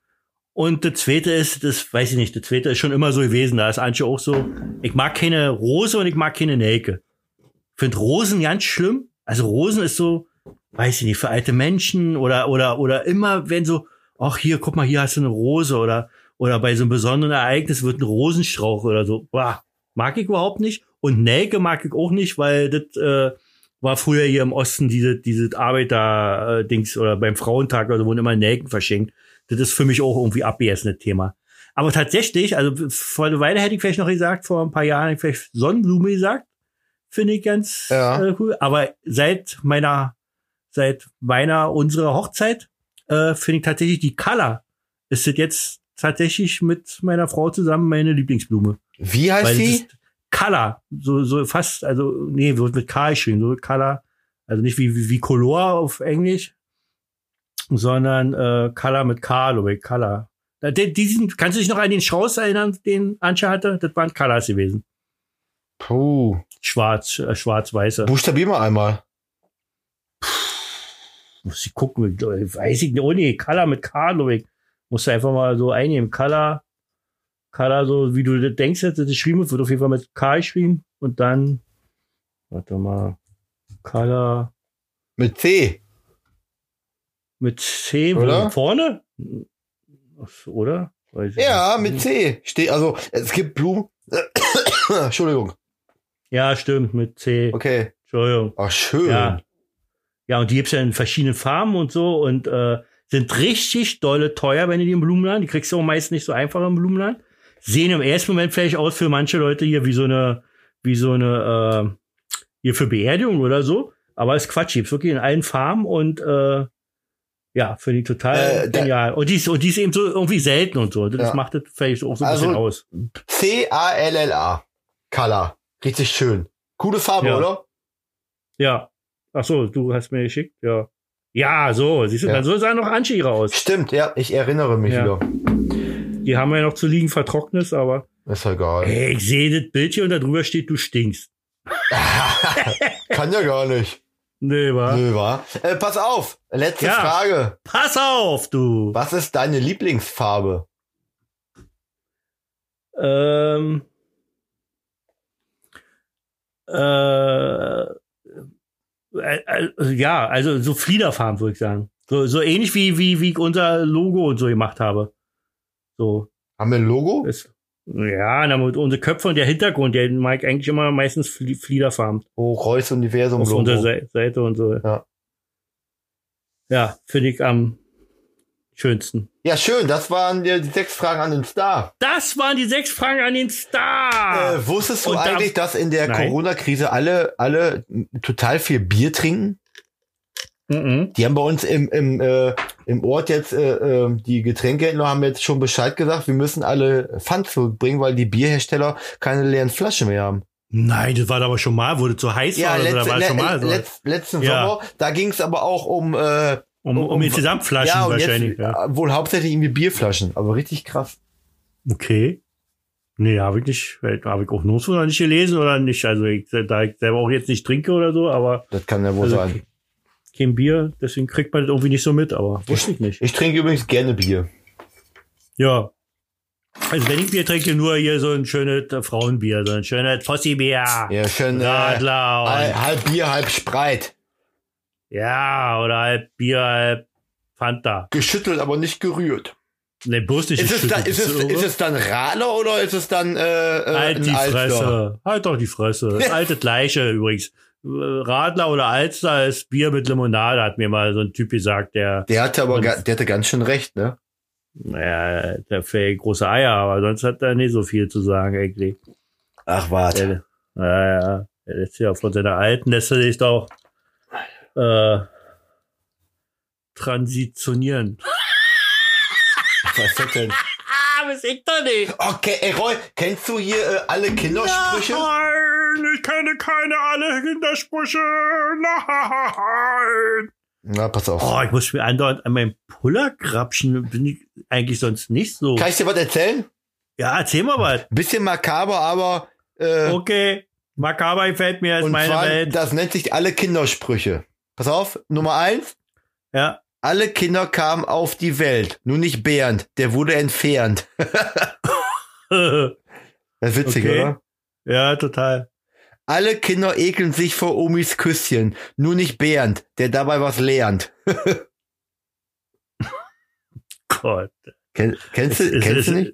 B: Und das zweite ist, das weiß ich nicht, das zweite ist schon immer so gewesen. Da ist Antje auch so. Ich mag keine Rose und ich mag keine Nelke. Ich finde Rosen ganz schlimm. Also Rosen ist so, weiß ich nicht, für alte Menschen oder, oder, oder immer, wenn so, ach hier, guck mal, hier hast du eine Rose oder, oder bei so einem besonderen Ereignis wird ein Rosenstrauch oder so. Bah, mag ich überhaupt nicht. Und Nelke mag ich auch nicht, weil das äh, war früher hier im Osten diese, diese Arbeiter-Dings oder beim Frauentag oder so wurden immer Nelken verschenkt. Das ist für mich auch irgendwie abgeessenes Thema. Aber tatsächlich, also vor einer Weile hätte ich vielleicht noch gesagt, vor ein paar Jahren hätte ich vielleicht Sonnenblume gesagt. Finde ich ganz
A: Ja.
B: äh, cool. Aber seit meiner, seit meiner, unserer Hochzeit, äh, finde ich tatsächlich die Color ist das jetzt tatsächlich mit meiner Frau zusammen meine Lieblingsblume.
A: Wie heißt
B: Weil es
A: sie?
B: ist Color, so, so fast, also, nee, wird mit K geschrieben, so Color, also nicht wie, wie, wie Color auf Englisch, sondern äh, Color mit K, glaube ich, Color. Da- die- Diesen, kannst du dich noch an den Strauß erinnern, den Anscha hatte? Das waren Colors gewesen.
A: Puh.
B: Schwarz, äh, schwarz-weiße.
A: Buchstabier mal einmal.
B: muss ich gucken, weiß ich nicht, oh nee, Color mit K, glaube ich. Musst du einfach mal so einnehmen, Color, Color, so wie du das denkst, dass das geschrieben wird, wird auf jeden Fall mit K geschrieben und dann, warte mal, Color
A: Mit C.
B: mit C wo-
A: Oder?
B: vorne? Ach so, Oder? Weiß ich
A: Ja,
B: nicht.
A: mit C. Steht, also, es gibt Blumen. (coughs) Entschuldigung.
B: Ja, stimmt, mit C.
A: Okay.
B: Entschuldigung.
A: Ach, schön.
B: Ja. ja, und die gibt's ja in verschiedenen Farben und so und äh, sind richtig dolle teuer, wenn du die im Blumenladen, die kriegst du auch meist nicht so einfach im Blumenladen. Sehen im ersten Moment vielleicht aus für manche Leute hier wie so eine, wie so eine, äh, hier für Beerdigung oder so, aber ist Quatsch, die gibt's wirklich in allen Farben und äh, ja, finde ich total
A: Äh, da-
B: genial. Und die, ist, und die ist eben so irgendwie selten und so. also Das
A: Ja.
B: macht das vielleicht auch so ein
A: Also-
B: bisschen aus.
A: C-A-L-L-A. Color. Richtig schön. Coole Farbe,
B: Ja.
A: oder?
B: Ja. Ach so, du hast mir geschickt, ja. Ja, so, siehst du,
A: Ja.
B: dann so sahen noch Anschierer aus.
A: Stimmt, ja, ich erinnere mich
B: Ja.
A: wieder.
B: Die haben ja noch zu liegen vertrocknet, aber.
A: Ist ja egal.
B: Ey, ich sehe das Bild hier und da drüber steht, du stinkst.
A: Kann ja gar nicht.
B: Nee, wa?
A: Nö, wa? Äh, pass auf. Letzte
B: Ja.
A: Frage.
B: Pass auf, du!
A: Was ist deine Lieblingsfarbe?
B: Ähm. Äh, äh, äh, ja, also so Fliederfarben, würde ich sagen. So, so ähnlich wie, wie, wie ich unser Logo und so gemacht habe. So,
A: Haben wir ein Logo?
B: das, ja, damit unsere Köpfe und der Hintergrund, der mag ich eigentlich immer meistens Flie- Fliederfarben.
A: Oh, Reus Universum
B: auf unserer
A: Logo.
B: Sei- Seite und so.
A: Ja.
B: Ja, finde ich am schönsten.
A: Ja, schön. Das waren ja die sechs Fragen an den Star.
B: Das waren die sechs Fragen an den Star.
A: Äh, wusstest du
B: Ah. Und da-
A: eigentlich, dass in der
B: Nein.
A: Corona-Krise alle, alle total viel Bier trinken?
B: Mhm.
A: Die haben bei uns im, im, äh, im Ort jetzt, äh, äh, die Getränkehändler haben jetzt schon Bescheid gesagt, wir müssen alle Pfand zurückbringen, weil die Bierhersteller keine leeren Flaschen mehr haben.
B: Nein, das war aber schon mal, wurde zu heiß
A: Ja,
B: war oder so,
A: letzte,
B: da war
A: le
B: schon mal so.
A: letz, letzten
B: Ja.
A: Sommer, da ging es aber auch um, äh,
B: um, um,
A: um-
B: die Gesamtflaschen
A: ja, und
B: wahrscheinlich.
A: jetzt,
B: Ja.
A: äh, wohl hauptsächlich irgendwie Bierflaschen, aber richtig krass.
B: Okay. Nee, habe ich nicht, habe ich auch nirgendwo noch nicht gelesen oder nicht. Also ich, da ich selber auch jetzt nicht trinke oder so, aber
A: Das kann ja wohl
B: Also,
A: sein.
B: kein Bier, deswegen kriegt man das irgendwie nicht so mit, aber wusste ich nicht.
A: Ich trinke übrigens gerne Bier.
B: Ja. Also wenn ich Bier trinke, nur hier so ein schönes äh, Frauenbier, so ein schönes Fossi-Bier.
A: Ja, schön. Äh, halb,
B: Radler. und-
A: halb Bier, halb Spreit.
B: ja, oder halb Bier, halb Fanta.
A: Geschüttelt, aber nicht gerührt.
B: Ne, bloß nicht
A: Ist es,
B: geschüttet,
A: dann, ist,
B: bist
A: es,
B: du irre?
A: ist es dann Radler oder ist es dann äh, äh,
B: Halt die
A: ein Alster?
B: Fresse. Halt doch die Fresse.
A: (laughs)
B: Das alte Gleiche übrigens. Äh, Radler oder Alster ist Bier mit Limonade, hat mir mal so ein Typ gesagt, der,
A: Der hatte aber
B: Und-
A: ga, der hatte ganz schön recht, ne?
B: naja, der fällt große Eier, aber sonst hat er nicht so viel zu sagen eigentlich.
A: Ach warte.
B: Der, naja, der lässt sich auch von seiner alten, lässt er sich doch äh, transitionieren.
A: Was ist das
B: (laughs)
A: denn?
B: Ah, was ich doch nicht.
A: Okay, ey Roy, kennst du hier äh, alle Kindersprüche?
B: Nein, ich kenne keine alle Kindersprüche. Nein.
A: Na, pass auf.
B: Oh, ich muss mir andauernd an meinem Puller krapschen. Bin ich eigentlich sonst nicht so.
A: Kann ich dir was erzählen?
B: Ja, erzähl mal was.
A: Bisschen makaber, aber äh,
B: Okay. Makaber gefällt mir, ist
A: und
B: meine
A: zwar,
B: Welt.
A: das nennt sich alle Kindersprüche. Pass auf, Nummer eins.
B: Ja.
A: Alle Kinder kamen auf die Welt. Nur nicht Bernd, der wurde entfernt. Das ist witzig,
B: Okay.
A: oder?
B: (laughs) ja, total.
A: Alle Kinder ekeln sich vor Omis Küsschen. Nur nicht Bernd, der dabei was lernt.
B: Gott.
A: Kenn, kennst du,
B: Ist-
A: kennst
B: ist-
A: du nicht?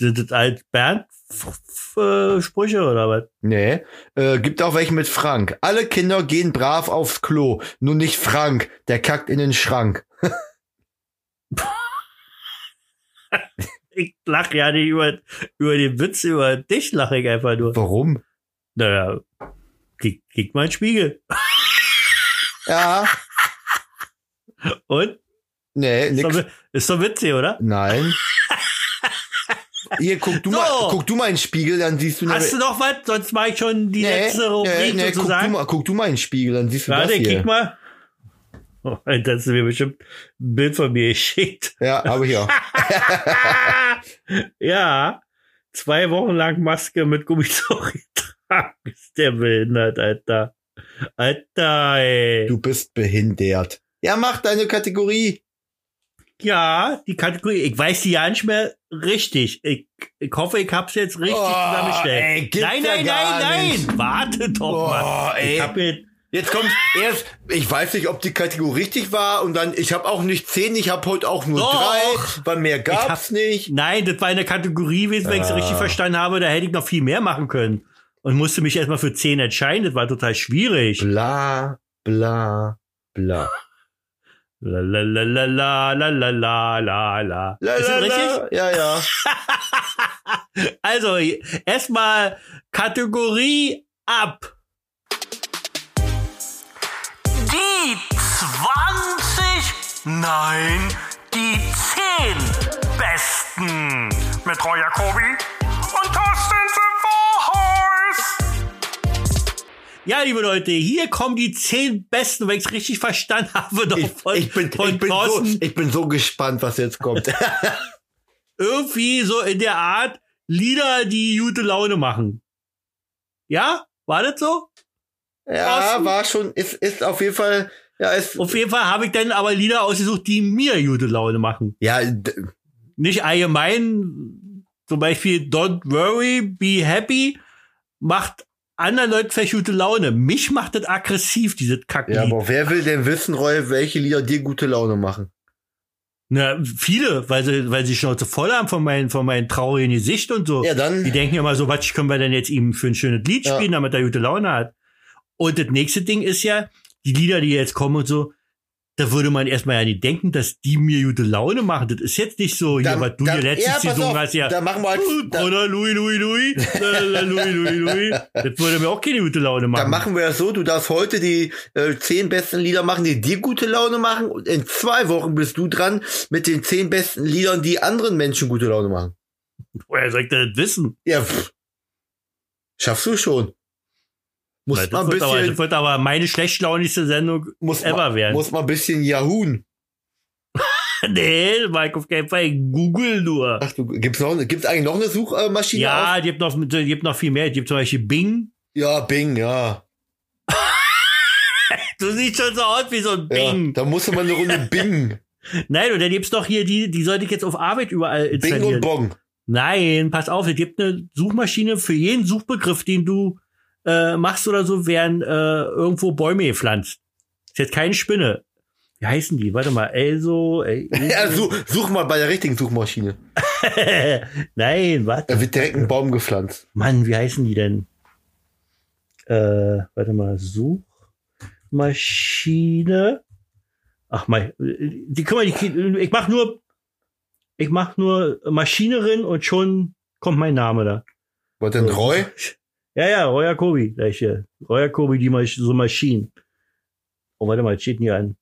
B: Sind das alt Bernd-Sprüche oder was?
A: Nee. Äh, gibt auch welche mit Frank. Alle Kinder gehen brav aufs Klo. Nur nicht Frank. Der kackt in den Schrank.
B: Ich lache ja nicht über, über den Witz, über dich lache ich einfach nur.
A: Warum?
B: Naja, krieg, krieg mal einen Spiegel.
A: Ja.
B: Und? (laughs)
A: Nee,
B: Ist doch,
A: nix.
B: wi- ist doch witzig, oder?
A: Nein. Hier, guck du,
B: (laughs) So.
A: mal, guck du mal in den Spiegel, dann siehst du...
B: Hast du noch was? Sonst mache ich schon die letzte Rubrik
A: guck, du
B: sozusagen.
A: mal, guck du mal in den Spiegel, dann siehst du
B: Warte,
A: das
B: kick
A: hier.
B: mal. Oh, das ist mir bestimmt ein Bild von mir geschickt.
A: Ja, aber
B: (laughs)
A: hier.
B: ja, zwei Wochen lang Maske mit Gummizock (laughs) getragen. Ist der behindert, Alter. Alter, ey.
A: Du bist behindert. Ja, mach deine Kategorie.
B: Ja, die Kategorie. Ich weiß die ja nicht mehr richtig. Ich, ich hoffe, ich hab's jetzt richtig
A: Oh,
B: zusammengestellt.
A: ey, gibt's
B: nein,
A: ja
B: nein,
A: gar
B: nein,
A: nicht. Oh,
B: nein. Warte doch mal.
A: ey.
B: Ich hab jetzt,
A: Jetzt kommt erst, ich weiß nicht, ob die Kategorie richtig war und dann, ich habe auch nicht zehn, ich habe heute auch nur
B: Doch.
A: drei, weil mehr gab's nicht.
B: nein, das war in der Kategorie, gewesen,
A: Ah.
B: wenn ich es richtig verstanden habe, da hätte ich noch viel mehr machen können. Und musste mich erstmal für 10 entscheiden. Das war total schwierig.
A: Bla, bla, bla.
B: La la la la la la la la la la.
A: La,
B: Ist
A: la,
B: das richtig? Oh,
A: la. Ja, ja.
B: Also, erstmal Kategorie ab.
C: Die 20, nein, die 10 Besten mit Roy Jacobi und Thorsten Sivohorst.
B: Ja, liebe Leute, hier kommen die zehn besten, wenn ich es richtig verstanden habe, doch
A: Ich,
B: von,
A: ich, bin,
B: von
A: ich, bin so,
B: Thorsten.
A: ich bin so gespannt, was jetzt
B: (laughs)
A: kommt.
B: irgendwie so in der Art Lieder, die gute Laune machen. Ja? War das so?
A: ja,
B: Thorsten? Oh.
A: war schon, ist, ist auf jeden Fall, ja, ist,
B: Auf jeden Fall habe ich dann aber Lieder ausgesucht, die mir gute Laune machen.
A: ja, d-
B: Nicht allgemein, zum Beispiel Don't Worry, Be Happy macht anderen Leuten vielleicht gute Laune. Mich macht das aggressiv, dieses
A: ja,
B: Kacklied.
A: aber wer will denn wissen, Roy, welche Lieder dir gute Laune machen?
B: Na, viele, weil sie, weil sie Schnauze voll haben von meinen, von meinen traurigen Gesicht und so.
A: Ja, dann.
B: Oh, Die denken immer so, was können wir denn jetzt ihm für ein schönes Lied
A: Ja.
B: spielen, damit er gute Laune hat. Und das nächste Ding ist ja, die Lieder, die jetzt kommen und so, da würde man erstmal ja nicht denken, dass die mir gute Laune machen. Das ist jetzt nicht so,
A: Dann-
B: ja, was du
A: dann-
B: hier letztes
A: ja, pass
B: Saison
A: auf,
B: hast, ja.
A: Da machen wir halt, als,
B: "Uh,
A: da,
B: Bruder, Louis,
A: (laughs)
B: Louis, Louis, la, la, la, Louis, Louis, Louis. Das würde mir auch keine gute Laune machen.
A: Dann machen wir das so, du darfst heute die äh, zehn besten Lieder machen, die dir gute Laune machen und in zwei Wochen bist du dran mit den zehn besten Liedern, die anderen Menschen gute Laune machen.
B: Woher soll ich denn das wissen?
A: Ja, pff. schaffst du schon. Muss
B: Weil das,
A: mal ein
B: wird aber, das
A: bisschen,
B: wird aber meine schlechtlaunigste Sendung (laughs)
A: muss
B: ever
A: mal,
B: werden.
A: muss mal ein bisschen jahoon.
B: nee, Mike, auf keinen Fall. Ich Google nur.
A: Ach du, gibt's noch, gibt's eigentlich noch eine Suchmaschine? auf?
B: Ja, die gibt noch, die gibt noch viel mehr. Die gibt zum Beispiel Bing.
A: ja, Bing, ja.
B: Du siehst schon so aus wie so ein
A: ja.
B: Bing.
A: Da musste man eine Runde
B: (laughs)
A: Bing,
B: Nein, und dann gibt's doch hier die, die sollte ich jetzt auf Arbeit überall
A: Bing und
B: installieren.
A: Bong.
B: Nein, pass auf, es gibt eine Suchmaschine für jeden Suchbegriff, den du äh, machst oder so, während äh, irgendwo Bäume gepflanzt. Ist jetzt keine Spinne. Wie heißen die? Warte mal, Elso. El
A: Ja, such, such mal bei der richtigen Suchmaschine.
B: (laughs) Nein, warte.
A: Da wird direkt ein Baum gepflanzt.
B: Mann, wie heißen die denn? Äh, warte mal, Suchmaschine. Ach mal, die guck mal, die, ich mach nur, ich mach nur Maschinerin und schon kommt mein Name da.
A: Was denn, Roy?
B: Ja, ja, Roya Kobi, gleich hier. Roya Kobi, die Masch so Maschinen. Oh, warte mal, steht denn hier an.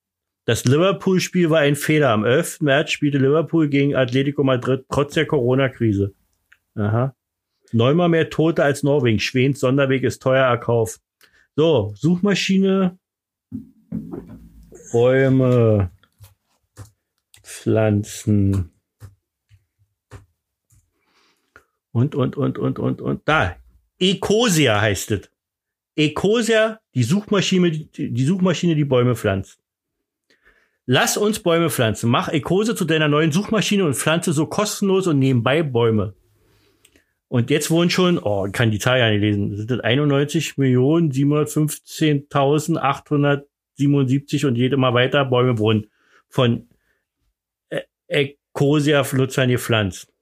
B: Das Liverpool-Spiel war ein Fehler. Am 11. März spielte Liverpool gegen Atletico Madrid trotz der Corona-Krise. Aha. Neunmal mehr Tote als Norwegen. Schwedens Sonderweg ist teuer erkauft. So, Suchmaschine. Bäume. Pflanzen. Und, und, und, und, und, und. Da. Ecosia heißt es. Ecosia, die Suchmaschine, die die Suchmaschine, die Bäume pflanzt. Lass uns Bäume pflanzen. Mach Ecosia zu deiner neuen Suchmaschine und pflanze so kostenlos und nebenbei Bäume. Und jetzt wurden schon, oh, ich kann die Zahl ja nicht lesen, sind das 91.715.877 und jede mal weiter Bäume wurden von E- Ecosia Flutzern gepflanzt.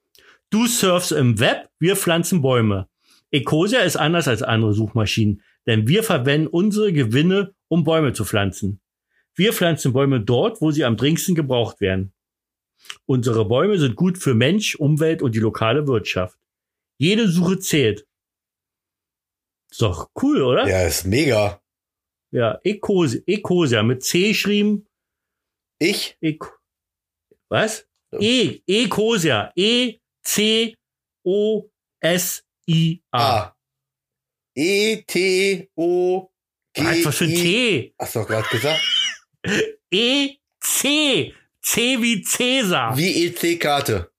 B: Du surfst im Web, wir pflanzen Bäume. Ecosia ist anders als andere Suchmaschinen, denn wir verwenden unsere Gewinne, um Bäume zu pflanzen. Wir pflanzen Bäume dort, wo sie am dringendsten gebraucht werden. Unsere Bäume sind gut für Mensch, Umwelt und die lokale Wirtschaft. Jede Suche zählt. Ist doch cool, oder?
A: Ja, ist mega.
B: Ja, Ecosia, Ecosia mit C geschrieben.
A: Ich?
B: Eco E Was? E, Ecosia. E, C, O, S, I, A.
A: A. E T O G.
B: Was, was für ein
A: I-
B: T?
A: Hast du doch gerade gesagt.
B: E, C. C wie Cäsar.
A: Wie EC E Karte.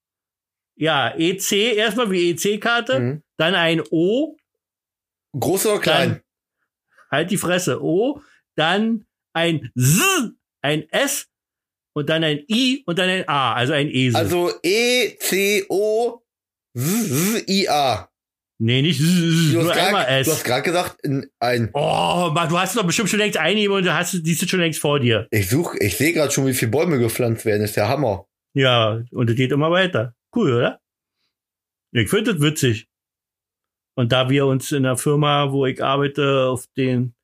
B: Ja, EC, erstmal wie EC-Karte,
A: Mhm.
B: dann ein O,
A: Groß oder klein?
B: halt die Fresse, O, dann ein S ein S und dann ein I und dann ein A, also ein Esel.
A: Also E, C, O, Z, Z, I, A.
B: nee, nicht S, S,
A: Du
B: nur
A: hast
B: einmal S.
A: gerade gesagt, in ein.
B: Oh, Mann, du hast doch bestimmt schon längst einige und du hast die sind schon längst vor dir.
A: Ich suche, ich sehe gerade schon, wie viele Bäume gepflanzt werden. Ist der Hammer.
B: Ja, und es geht immer weiter. Cool, oder? Ich finde das witzig. Und da wir uns in der Firma, wo ich arbeite, auf den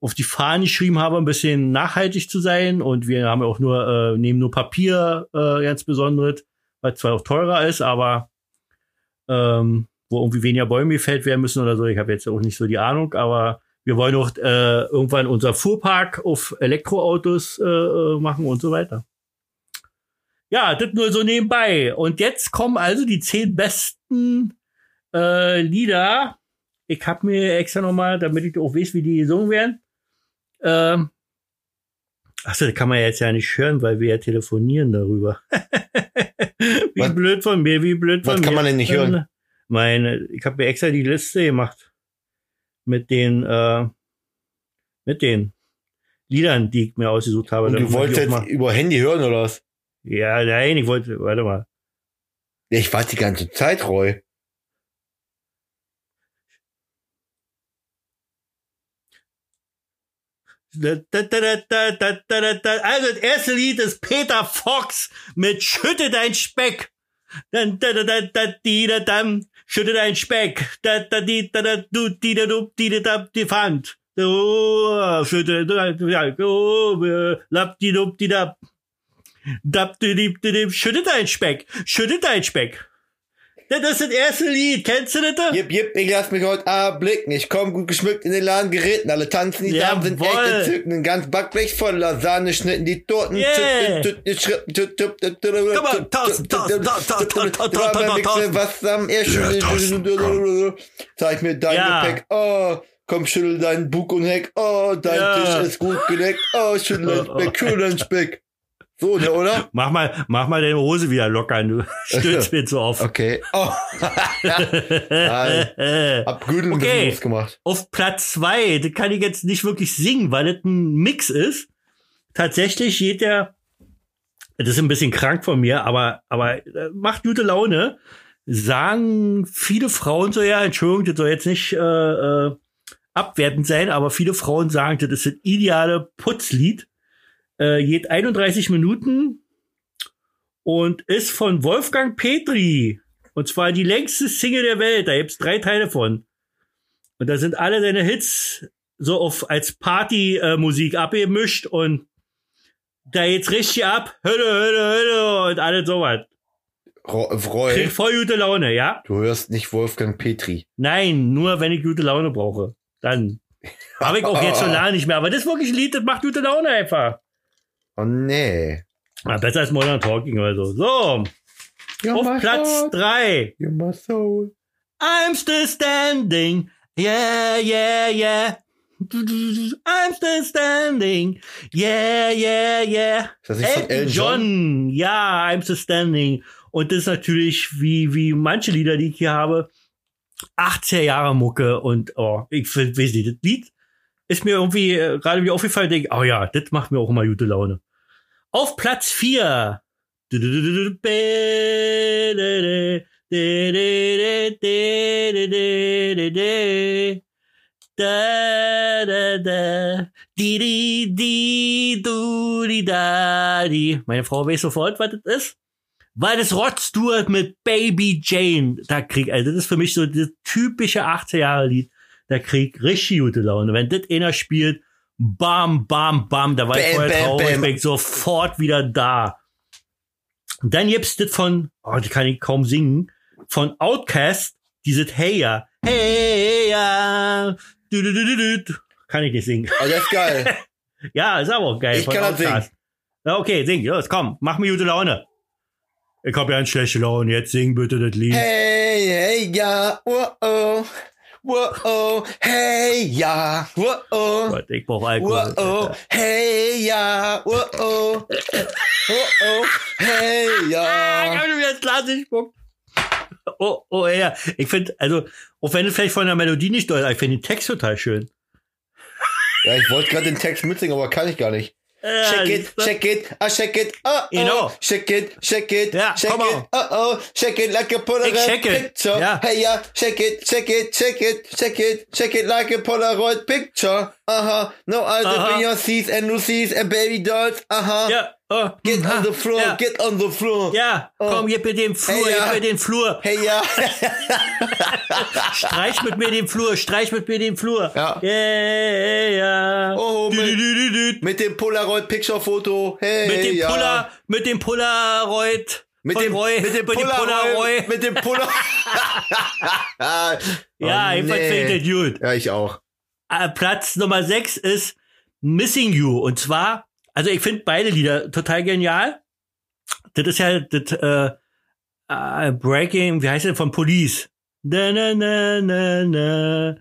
B: auf die Fahnen geschrieben haben, ein bisschen nachhaltig zu sein. Und wir haben ja auch nur, äh, nehmen nur Papier äh, ganz besonderes, was zwar auch teurer ist, aber ähm, wo irgendwie weniger Bäume gefällt werden müssen oder so. Ich habe jetzt auch nicht so die Ahnung, aber wir wollen auch äh, irgendwann unser Fuhrpark auf Elektroautos äh, äh, machen und so weiter. Ja, das nur so nebenbei. Und jetzt kommen also die zehn besten äh, Lieder. Ich hab mir extra nochmal, damit ich auch weiß, wie die gesungen werden. Ähm, achso, das kann man jetzt ja nicht hören, weil wir ja telefonieren darüber. (laughs) wie
A: Was-
B: blöd von mir, wie blöd
A: Was
B: von mir. Äh,
A: kann man denn nicht hören?
B: Meine, ich habe mir extra die Liste gemacht mit den, äh, mit den Liedern, die ich mir ausgesucht habe.
A: Und
B: Damit
A: du
B: man die
A: wolltest
B: auch
A: jetzt
B: mal-
A: über Handy hören oder was?
B: ja, nein, ich wollte, warte mal.
A: Ich war die ganze Zeit, Roy.
B: Da, da, da, da, da, da, da, da, da. Also das erste Lied ist Peter Fox mit Schütte dein Speck. Dann, da, da, da, da, die, da, dann, schütte dein Speck. Da, da, die, da, da, du, die, da, du, die, da, da, die Pfand. Oh, schütte, da, da, da, oh, äh, lap, die, dup, die, da. Dap, die, die, die, die, schütte dein Speck. Schütte dein Speck. Das ist das erste Lied. Kennst du das?
A: Jip, jip, ich lass mich heute erblicken. Ich komm gut geschmückt in den Laden geritten. Alle tanzen, die Damen sind echt
B: Jawohl.
A: entzückend. Ein ganz Backblech voll Lasagne schnitten die Torten.
B: Yeah.
A: Komm
B: mal, tanz, tanz, tanz, tanz, tanz, tanz, tanz, tanz, tanz.
A: Was am
D: Ja, tanzen,
A: Ersten?
D: komm.
A: Zeig mir dein
B: Ja.
A: Gepäck. Oh, komm, schüttel deinen Bug und Heck. Oh, dein
B: Ja.
A: Tisch ist gut gedeckt. Oh, schüttel
B: (laughs)
A: dein
B: Oh,
A: Speck, schüttel dein Speck. So, ne, oder?
B: Mach mal, mach mal deine Hose wieder locker. (laughs) Du stürzt mir zu oft.
A: Okay. Oh, (laughs) hab guten
B: Okay.
A: okay. gemacht.
B: Auf Platz zwei, das kann ich jetzt nicht wirklich singen, weil das ein Mix ist. Tatsächlich geht der, das ist ein bisschen krank von mir, aber, aber äh, macht gute Laune. Sagen viele Frauen so, ja, Entschuldigung, das soll jetzt nicht äh, äh, abwertend sein, aber viele Frauen sagen, das ist das ideale Putzlied. Äh, geht 31 Minuten und ist von Wolfgang Petri. Und zwar die längste Single der Welt. Da gibt's drei Teile von. Und da sind alle seine Hits so auf, als Partymusik abgemischt und da geht's richtig ab. Hölle, Hölle, Hölle und alles sowas.
A: Ro- Roy,
B: Krieg voll gute Laune, ja?
A: du hörst nicht Wolfgang Petri.
B: Nein, nur wenn ich gute Laune brauche. Dann. Habe ich auch
A: (laughs)
B: jetzt schon lange nicht mehr. Aber das ist wirklich ein Lied, das macht gute Laune einfach.
A: Oh nee.
B: Ah, besser als Modern Talking oder so. So,
A: You're
B: auf Platz
A: heart,
B: 3.
A: you're my soul.
B: I'm still standing. Yeah, yeah, yeah. I'm still standing. Yeah, yeah, yeah.
A: Ist das nicht von Elton John?
B: Ja, I'm still standing. Und das ist natürlich, wie, wie manche Lieder, die ich hier habe, 80er Jahre Mucke und, oh, ich find, weiß nicht, das Lied ist mir irgendwie äh, gerade wieder aufgefallen, denke, oh ja, das macht mir auch immer gute Laune. Auf Platz 4. Da, da, da. Di, di, di, du, di, da, di. Meine Frau weiß sofort, was das ist. Weil das Rod Stewart mit Baby Jane da krieg, also das ist für mich so das typische 80 Jahre Lied, da krieg richtig gute Laune. Wenn das einer spielt, bam, bam, bam, da war ich
A: Bam,
B: vorher
A: bam,
B: traurig,
A: bam.
B: bin ich sofort wieder da. Und dann gibt's das von, oh, die kann ich kaum singen, von Outcast, dieses Hey ja, Hey ja, du, du, du, du, du. kann ich nicht singen.
A: Oh, das ist
B: (laughs)
A: geil.
B: Ja, ist aber auch geil.
A: Ich
B: von
A: kann das
B: Outkast. Ja, okay, sing, los, komm, mach mir gute Laune. Ich hab ja eine schlechte Laune, jetzt sing bitte das Lied.
A: hey, hey, ja, oh, oh. Oh, oh, hey, ja, oh, oh.
B: Gott, ich brauch
A: Oh,
B: Alkohol.
A: oh, hey, ja, oh, oh. Oh, oh, hey,
B: Ah, ich
A: ja.
B: hab schon wieder ins Glas gespuckt. Oh, oh, ja. Ich finde, also, auch wenn es vielleicht von der Melodie nicht deutlich, ich finde den Text total schön.
A: Ja, ich wollte gerade den Text mitsingen, aber kann ich gar nicht. Shake
B: Äh,
A: it, shake it, I shake it, oh, oh.
B: Genau.
A: Shake it, shake it,
B: Ja,
A: shake
B: komm
A: it, oh, oh. Shake it like a Polaroid
B: shake it.
A: picture.
B: Ja.
A: Hey, ja, shake it, shake it, shake it, shake it, shake it like a Polaroid picture. Aha, no other
B: Aha.
A: Beyoncé's and Lucy's and baby dolls. Aha,
B: ja, oh,
A: get
B: ha,
A: on the floor,
B: Ja,
A: get on the floor.
B: ja komm, gib mir den Flur,
A: Oh. Hey, ja.
B: gib mir den Flur.
A: Hey,
B: (laughs)
A: ja.
B: Streich mit mir den Flur, streich mit mir den Flur.
A: Ja.
B: Yeah, ja.
A: (laughs) Oh,
B: Dü,
A: mit-
B: dü, dü, dü, dü.
A: Mit dem Polaroid Picture Foto. Hey,
B: Mit dem
A: ja.
B: Puller, mit dem Polaroid.
A: mit
B: von
A: dem,
B: Roy,
A: mit dem
B: mit dem Polaroid.
A: Polaroid. Mit dem
B: (laughs)
A: Polaroid.
B: Ja,
A: Oh,
B: ich vertrete das gut.
A: Ja, ich auch.
B: Äh, Platz Nummer 6 ist Missing You. Und zwar, also ich finde beide Lieder total genial. Das ist ja das äh, äh, Breaking, wie heißt das, von Police. Na, na, na, na, na.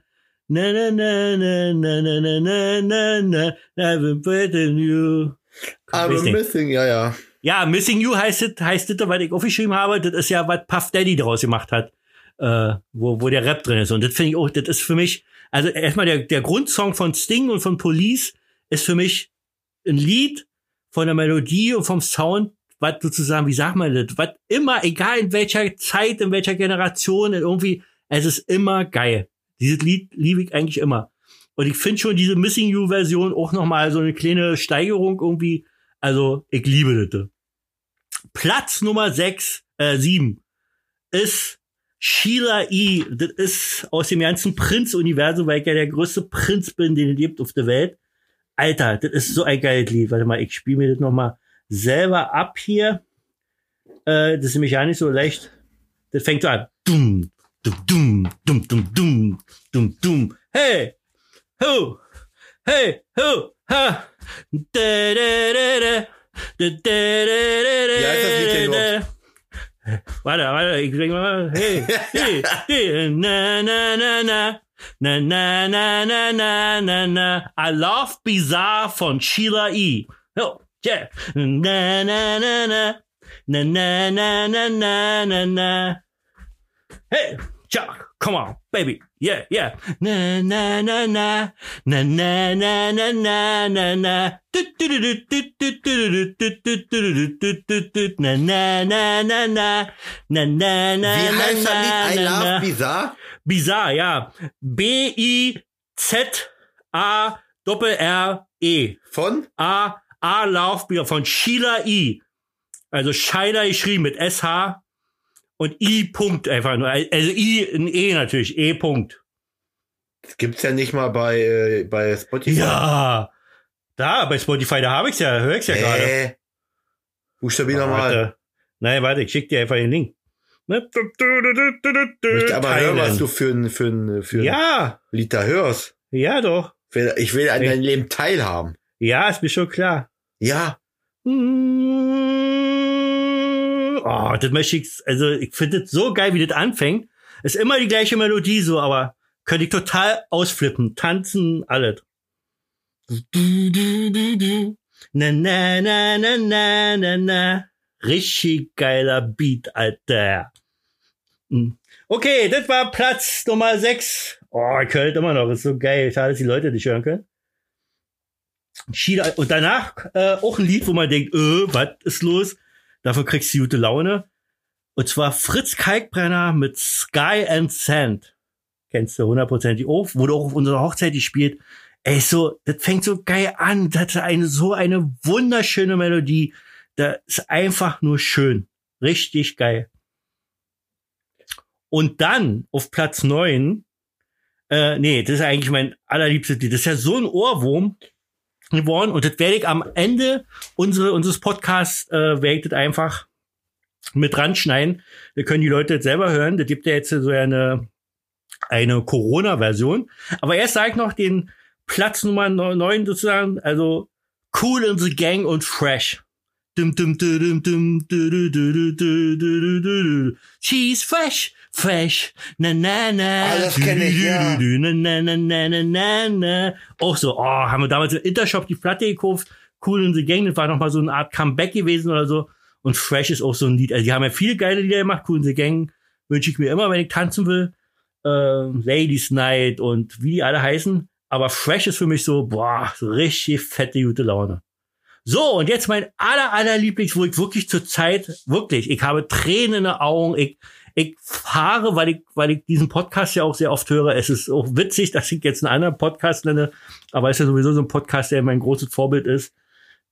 B: Na, na, na, na, na, na, na, na, na, na. I've been waiting you.
A: Aber
B: Weiß nicht.
A: Missing, ja, ja.
B: Ja, Missing You heißt es, heißt es, was ich aufgeschrieben habe, das ist ja, was Puff Daddy daraus gemacht hat, äh, wo, wo der Rap drin ist. Und das finde ich auch, das ist für mich, also erstmal der, der Grundsong von Sting und von Police ist für mich ein Lied von der Melodie und vom Sound, was sozusagen, wie sagt man das, was immer, egal in welcher Zeit, in welcher Generation, in irgendwie, es ist immer geil. Dieses Lied liebe ich eigentlich immer. Und ich finde schon diese Missing You Version auch nochmal so eine kleine Steigerung irgendwie. Also, ich liebe das. Platz Nummer sechs, äh, 7 ist Sheila E. Das ist aus dem ganzen Prinz-Universum, weil ich ja der größte Prinz bin, den es gibt auf der Welt. Alter, das ist so ein geiles Lied. Warte mal, ich spiele mir das nochmal selber ab hier. Äh, das ist nämlich ja nicht so leicht. Das fängt so an. Dumm, dumm, dumm, dumm, dumm, dumm, dumm, dumm. Hey, ho, hey, ho, ha. Da, da, da, da. Da, da,
A: heißt das Lied denn
B: da, da, da, da.
A: überhaupt?
B: Warte, warte, ich denk mal, hey, hey, hey, na, na, na, na. Na, na, na, na, na, na, na. I love Bizarre von Sheila E. Oh, yeah. Na, na, na, na. Na, na, na, na, na, na, na. Hey, Chuck, come on, baby. Yeah, yeah. Na, na, na, na. Na, na, na, na, na, na, na. Tut, tut, tut, tut, tut, tut, tut, tut, tut, tut, tut, tut, tut. Na, na, na, na, na. Na, na, na,
A: Wie
B: na,
A: heißt
B: na,
A: das Lied? I
B: na,
A: Love
B: na.
A: Bizarre?
B: Bizarre, ja. B-I-Z-A-R-R-E.
A: Von?
B: A, A Laufbier von Sheila I. Also Sheila geschrieben mit SH und I Punkt einfach nur. Also I, ein E natürlich, E Punkt.
A: Das gibt's ja nicht mal bei, äh, bei Spotify.
B: Ja. Da, bei Spotify, da habe ich's ja, höre ich's ja gerade.
A: Äh. Buchstabier nochmal.
B: Warte. Nein, warte, ich schick dir einfach den Link. Ne?
A: Ich möchte aber hören, was
B: Thailand.
A: du für ein, für ein, für ein
B: Ja,
A: Lied da hörst.
B: ja doch.
A: Ich will- Ich will an
B: Ich-
A: deinem Leben teilhaben.
B: Ja, ist mir schon klar.
A: Ja.
B: Oh, das möchte ich, also ich finde das so geil, wie das anfängt. Ist immer die gleiche Melodie so, aber könnte ich total ausflippen, tanzen, alles. Du, du, du, du. Na, na, na, na, na, na, na. Richtig geiler Beat, Alter. Hm. Okay, das war Platz Nummer 6. Oh, ich höre das immer noch, ist so geil. Schade, dass die Leute nicht hören können. China. Und danach äh, auch ein Lied, wo man denkt, äh, was ist los? Dafür kriegst du gute Laune. Und zwar Fritz Kalkbrenner mit Sky and Sand. Kennst du hundertprozentig auf. Wurde auch auf unserer Hochzeit gespielt. Ey, so, das fängt so geil an. Das hat eine, so eine wunderschöne Melodie. Das ist einfach nur schön. Richtig geil. Und dann auf Platz neun äh, nee, das ist eigentlich mein allerliebstes Lied. Das ist ja so ein Ohrwurm geworden und das werde ich am Ende unsere, unseres Podcasts äh, werde ich das einfach mit ranschneiden. Da können die Leute das selber hören. Da gibt ja jetzt so eine, eine Corona-Version. Aber erst sage ich noch den Platz Nummer 9 sozusagen, also Cool in the Gang und Fresh. Dum, dum, dum, dum, dum, dum, dum, dum, dum, dum, dum. She's fresh, fresh, na na na.
A: Ah, das kenn ich, ja.
B: Du, du, Na, na, na, na, na, na. Auch so, oh, haben wir damals im Intershop die Platte gekauft. Cool in the Gang, das war nochmal so eine Art Comeback gewesen oder so. Und Fresh ist auch so ein Lied. Also die haben ja viele geile Lieder gemacht. Cool in the Gang wünsche ich mir immer, wenn ich tanzen will. Ähm, Ladies Night und wie die alle heißen. Aber Fresh ist für mich so, boah, so richtig fette gute Laune. So, und jetzt mein aller, aller Lieblings, wo ich wirklich zur Zeit, wirklich, ich habe Tränen in den Augen, ich, ich fahre, weil ich, weil ich diesen Podcast ja auch sehr oft höre. Es ist auch witzig, dass ich jetzt einen anderen Podcast nenne, aber es ist ja sowieso so ein Podcast, der mein großes Vorbild ist.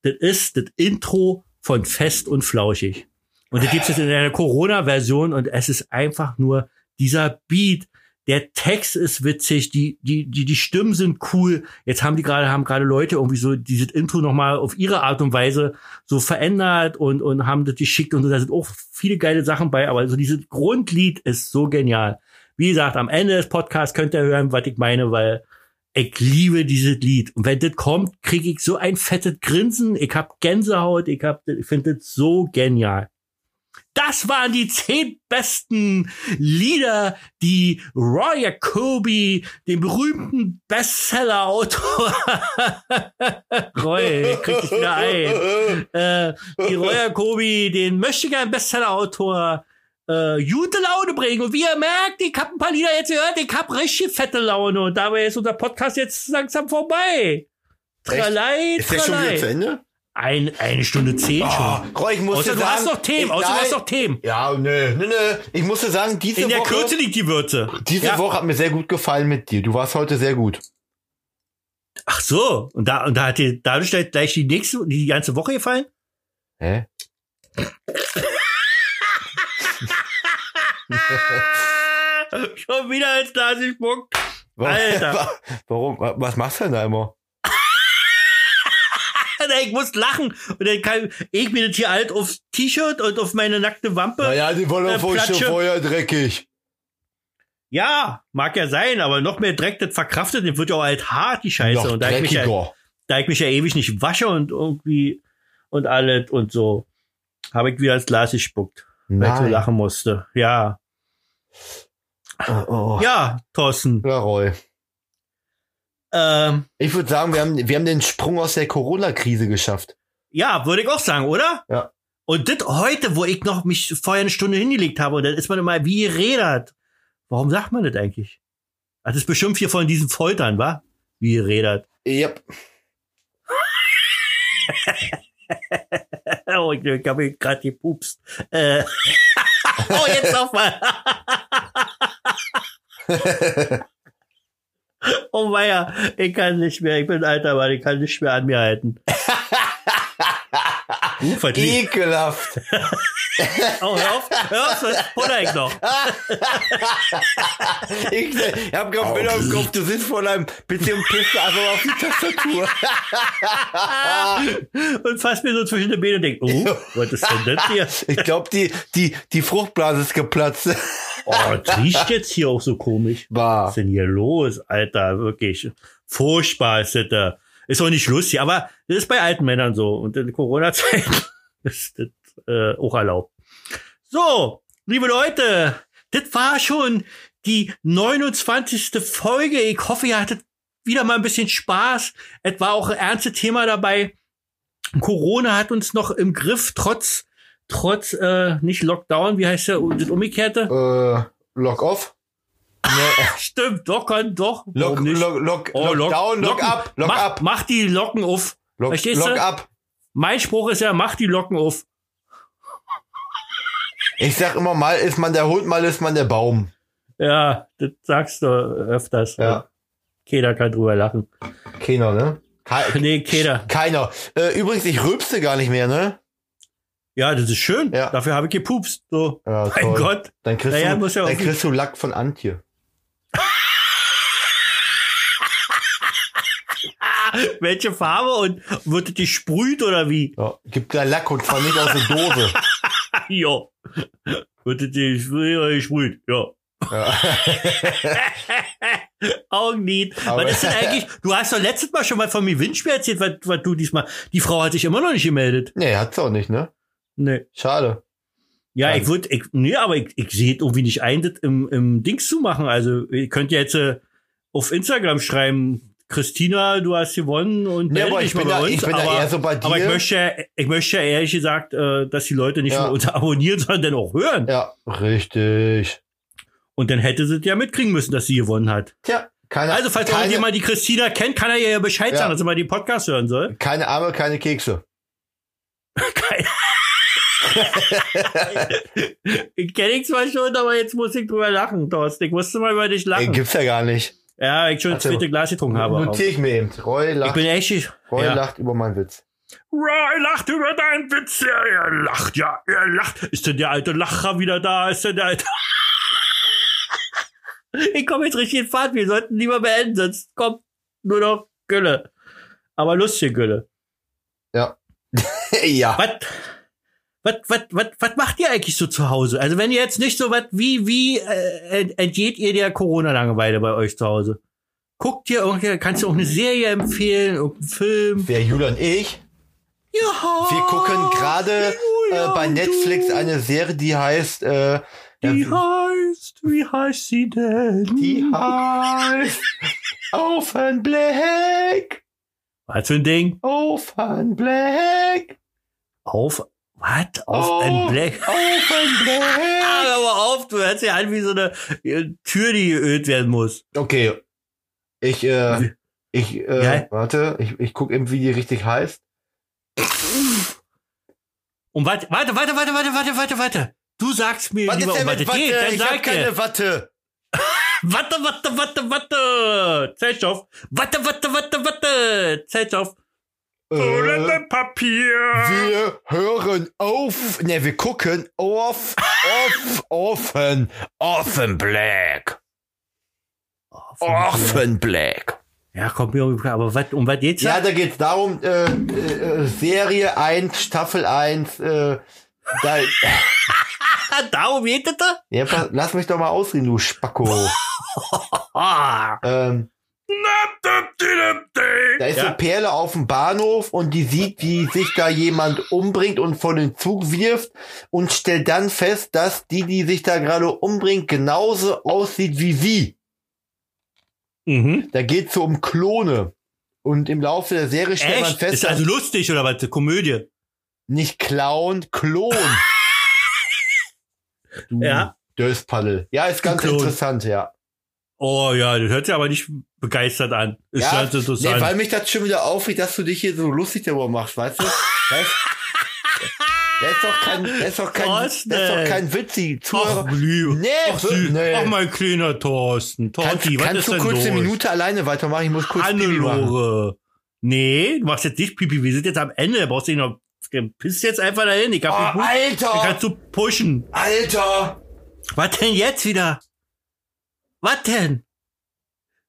B: Das ist das Intro von Fest und Flauschig. Und das gibt's jetzt in einer Corona-Version und es ist einfach nur dieser Beat. Der Text ist witzig, die, die, die, die Stimmen sind cool. Jetzt haben die gerade, haben gerade Leute irgendwie so dieses Intro nochmal auf ihre Art und Weise so verändert und, und haben das geschickt und so. da sind auch viele geile Sachen bei, aber so dieses Grundlied ist so genial. Wie gesagt, am Ende des Podcasts könnt ihr hören, was ich meine, weil ich liebe dieses Lied. Und wenn das kommt, kriege ich so ein fettes Grinsen. Ich hab Gänsehaut. Ich, hab, ich finde das so genial. Das waren die zehn besten Lieder, die Roy Jacoby, dem berühmten Bestseller-Autor, (laughs) Roy, ich krieg dich wieder ein, äh,
A: (laughs)
B: die Roy Jacoby, den möchte gern Bestseller-Autor, äh, gute Laune bringen. Und wie ihr merkt, ich hab ein paar Lieder jetzt gehört, ich hab richtig fette Laune. Und dabei ist unser Podcast jetzt langsam vorbei. Tralei,
A: Ist der schon wieder zu
B: tralei.
A: Ende? Oh,
B: Ein, eine Stunde zehn schon.
A: Roy, ich muss
B: Außer
A: dir
B: du hast
A: sagen,
B: noch Themen,
A: ich-
B: außer du
A: nein.
B: hast noch Themen.
A: Ja, nö, nö, nö. Ich muss dir sagen, diese
B: In der
A: Woche,
B: Kürze liegt die Würze.
A: diese
B: Ja.
A: Woche hat mir sehr gut gefallen mit dir. Du warst heute sehr gut.
B: Ach so, und da, und da hat dir dadurch gleich- gleich die nächste, die ganze
A: (laughs)
B: Woche gefallen?
A: Hä?
B: Ah, Schon wieder ins Nasenspunkt.
A: Warum, (laughs)
B: Alter.
A: Warum? Was machst du denn da immer?
B: Alter, ich muss lachen. Und dann kann ich mir das hier alt aufs T-Shirt und auf meine nackte Wampe.
A: Naja, die wollen
B: Äh,
A: auf euch schon
B: Platsche.
A: vorher dreckig.
B: Ja, mag ja sein, aber noch mehr Dreck, das verkraftet, das wird ja auch halt hart, die Scheiße.
A: Noch
B: und da ich, mich ja,
A: dreckiger.
B: da ich mich ja ewig nicht wasche und irgendwie und alles und so, habe ich wieder ins Glas gespuckt, weil ich so
A: Nein.
B: lachen musste. Ja.
A: Oh, oh. Ja.
B: Ja, Thorsten.
A: ja, Roy.
B: Ähm,
A: Ich würde sagen, wir haben, wir haben den Sprung aus der Corona-Krise geschafft.
B: ja, würde ich auch sagen, oder?
A: Ja.
B: Und das heute, wo ich noch mich vorher eine Stunde hingelegt habe, und dann ist man immer wie gerädert. Warum sagt man das eigentlich? Ah, Das ist bestimmt hier von diesen Foltern, wa? Wie gerädert.
A: Yep.
B: Oh, ich, ich habe gerade gepupst. Äh. (laughs) oh, jetzt nochmal. oh weia, ich kann nicht mehr. Ich bin ein alter Mann, ich kann nicht mehr an mir halten. Uh, verdient.
A: Ekelhaft.
B: Oh, hör auf, hör auf, das puller ich noch.
A: Ich, ich hab grad Bilder im Kopf, du sitzt vor deinem PC und pisst einfach auf die Tastatur.
B: Und fasst mir so zwischen den Beinen und denkt, oh, was ist denn das hier?
A: Ich glaube, die, die, die Fruchtblase ist geplatzt.
B: Oh, das riecht jetzt hier auch so komisch. Was
A: Bah.
B: ist denn hier los, Alter? Wirklich. Furchtbar ist das da. Ist auch nicht lustig, aber das ist bei alten Männern so. Und in Corona-Zeiten (laughs) ist das äh, auch erlaubt. So, liebe Leute, das war schon die 29. Folge. Ich hoffe, ihr hattet wieder mal ein bisschen Spaß. Es war auch ein ernstes Thema dabei. Corona hat uns noch im Griff, trotz, trotz, äh, nicht Lockdown, wie heißt der, das Umgekehrte?
A: Äh, lock off?
B: (laughs) Stimmt, doch, kann, doch.
A: Lock,
B: Warum nicht?
A: lock, lock,
B: Oh,
A: lock, down, lock
B: Locken.
A: up, lock
B: mach,
A: up,
B: Mach die Locken auf.
A: lock,
B: verstehst
A: lock
B: du?
A: up.
B: Mein Spruch ist ja, mach die Locken auf.
A: Ich sag immer, mal ist man der Hund, mal ist man der Baum.
B: Ja, das sagst du öfters.
A: Ja.
B: Keiner kann drüber lachen.
A: Keiner, ne?
B: (laughs)
A: Ke
B: Nee, keiner.
A: Keiner. Äh, übrigens, ich rülpste gar nicht mehr, ne?
B: Ja, das ist schön.
A: Ja.
B: Dafür habe ich gepupst. So.
A: Ja,
B: mein
A: toll.
B: Gott.
A: Dann kriegst,
B: Naja,
A: du,
B: muss ja
A: dann
B: auch-
A: kriegst du Lack von Antje.
B: Welche Farbe und wird das gesprüht oder wie? (laughs)
A: Ja. Gib da Lack und zwar nicht aus der Dose.
B: Ah, ja. Wird das gesprüht? Ja. (laughs) Augenlid.
A: Aber- (laughs)
B: Was ist denn eigentlich? Du hast doch letztes Mal schon mal von mir Windspiel erzählt, was, was du diesmal. Die Frau hat sich immer noch nicht gemeldet.
A: nee, hat's auch nicht, ne?
B: Nee.
A: Schade.
B: Ja,
A: Dann-
B: ich würde, ich, nee, aber ich, ich sehe irgendwie nicht ein, das im, im Dings zu machen. Also, ihr könnt ja jetzt äh, auf Instagram schreiben, Christina, du hast gewonnen und
A: Nee,
B: melde
A: aber
B: dich
A: ich bin,
B: mal bei
A: da,
B: uns.
A: ich bin
B: aber,
A: da eher so bei dir.
B: aber ich möchte, ja- ich möchte ja ehrlich gesagt, äh, dass die Leute nicht
A: Ja.
B: nur uns abonnieren, (laughs) sondern auch hören.
A: ja, richtig.
B: Und dann hätte sie es ja mitkriegen müssen, dass sie gewonnen hat.
A: Tja, keine,
B: Also, falls
A: keine,
B: irgendjemand die Christina kennt, kann er ihr ja Bescheid
A: Ja. (laughs)
B: sagen, dass er mal den Podcast hören soll.
A: keine Arme, keine Kekse.
B: Keine ich kenne ich zwar schon, aber jetzt muss ich drüber lachen, Thorsten. Ich musste mal über dich
A: Ey,
B: lachen.
A: gibt's ja gar nicht.
B: ja, ich schon das
A: Warte.
B: zweite Glas getrunken habe. auch.
A: Notiere ich mir eben. Roy
B: Ich
A: lacht,
B: bin echt.
A: Roy
B: ja.
A: lacht über meinen Witz.
B: (laughs) Roy lacht über deinen Witz. Ja, er lacht, ja, er lacht. Ist denn der alte Lacher wieder da? Ist denn der alte. (laughs) ich komme jetzt richtig in Fahrt. Wir sollten lieber beenden, sonst kommt nur noch Gülle. Aber lustige Gülle.
A: ja.
B: Was? Was, was, was, was macht ihr eigentlich so zu Hause? Also wenn ihr jetzt nicht so was, wie, wie äh, ent- entgeht ihr der Corona-Langeweile bei euch zu Hause? Guckt ihr irgendwie, kannst du auch eine Serie empfehlen, irgendeinen Film?
A: Wer Julian und ich?
B: Ja,
A: Wir gucken gerade äh,
B: Julia
A: bei
B: und
A: Netflix
B: du.
A: eine Serie, die heißt äh,
B: Wie
A: ja,
B: heißt, wie heißt sie denn?
A: die heißt Auf ein Black,
B: Was für ein Ding?
A: auf ein Black,
B: Auf, was? Auf
A: Oh.
B: ein Blech?
A: auf
B: (laughs)
A: ein
B: Ah,
A: Black.
B: hör mal auf, du hörst ja an wie so eine äh, Tür, die geölt werden muss.
A: (laughs) Okay, ich äh, ich äh,
B: Ja.
A: warte, ich ich guck eben, wie die richtig heißt.
B: Und warte, warte, warte, warte, warte, warte, warte, warte. Du sagst mir lieber, um was es geht, dann sag dir.
A: Watte.
B: Warte, warte, warte, warte. Zellstoff. Warte, warte, warte, warte. Zellstoff.
C: Oh,
A: Äh,
B: Papier.
A: wir hören auf, ne, wir gucken auf, auf, offen, offen Black, offen Black.
B: Ja, komm, Junge, aber was, um was geht's
A: Ja,
B: da?
A: da geht's darum, äh, äh, äh, Serie 1, Staffel 1, äh, da,
B: Ah, darum geht es da?
A: ja, pass- lass mich doch mal ausreden, du Spacko.
B: Ah.
A: Ähm, da ist
B: Ja.
A: eine Perle auf dem Bahnhof und die sieht, wie sich da jemand umbringt und vor den Zug wirft und stellt dann fest, dass die, die sich da gerade umbringt, genauso aussieht wie sie.
B: Mhm.
A: Da geht's so um Klone. Und im Laufe der Serie stellt man
B: Echt?
A: fest,
B: ist also lustig oder was? Komödie.
A: Nicht Clown, Klon. du
B: (laughs) Ja.
A: Döspaddel. Ja, ist ganz
B: Klon.
A: interessant, ja.
B: Oh ja, das hört sich aber nicht begeistert an. Ist
A: ja,
B: ganz interessant.
A: Nee, weil mich das schon wieder aufregt, dass du dich hier so lustig darüber machst, weißt du? Weißt,
B: (laughs)
A: das ist doch kein, das ist doch kein, das ist
B: Thorsten.
A: doch kein Witz, die
B: Ach,
A: Zuhörer.
B: lieb.
A: Nee,
B: Ach,
A: so-
B: süß.
A: nee.
B: Ach, mein kleiner Thorsten.
A: kannst
B: Torti, was
A: kannst
B: ist
A: du
B: denn
A: kurz
B: los?
A: eine Minute alleine weitermachen? Ich muss kurz Pipi machen.
B: Hannelore. Nee, du machst jetzt nicht Pipi. Wir sind jetzt am Ende. Du brauchst dich noch. Piss jetzt einfach dahin. Ich
A: Oh,
B: hab den Hut. Dann
A: Alter!
B: kannst du pushen.
A: Alter!
B: Was denn jetzt wieder? Was denn?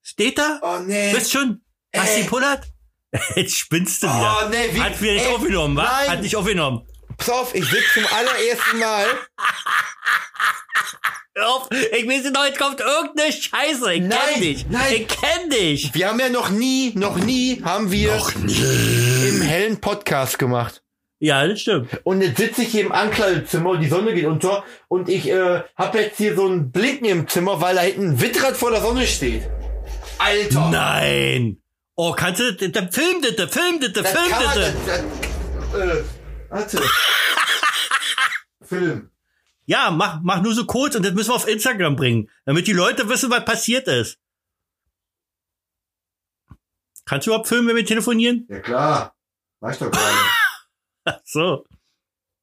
B: Steht da?
A: Oh nee!
B: Bist schon? Hast du
A: Ey.
B: gepullert? (laughs) Jetzt spinnst du wieder.
A: Oh nee, wie,
B: Hat wir nicht
A: ey,
B: aufgenommen, wa?
A: Nein.
B: Hat nicht aufgenommen.
A: Pass auf, ich sitze zum allerersten Mal.
B: Hör auf, ich weiß nicht, heute kommt irgendeine Scheiße. Ich
A: Nein,
B: kenn dich.
A: nein.
B: Ich kenn dich.
A: Wir haben ja noch nie, noch nie haben wir im hellen Podcast gemacht.
B: Ja, das stimmt.
A: Und jetzt sitze ich hier im Ankleidezimmer und die Sonne geht unter und ich äh, habe jetzt hier so einen Blinken im Zimmer, weil da hinten ein Windrad vor der Sonne steht. Alter!
B: Nein. Oh, kannst du, das- das- film das, das, film das, das,
A: das
B: film
A: kann
B: das.
A: man,
B: das.
A: das, das, äh, warte. Film.
B: Ja, mach, mach nur so kurz und das müssen wir auf Instagram bringen, damit die Leute wissen, was passiert ist. Kannst du überhaupt filmen, wenn wir telefonieren?
A: Ja klar. Mach ich doch gerade.
B: Ach so.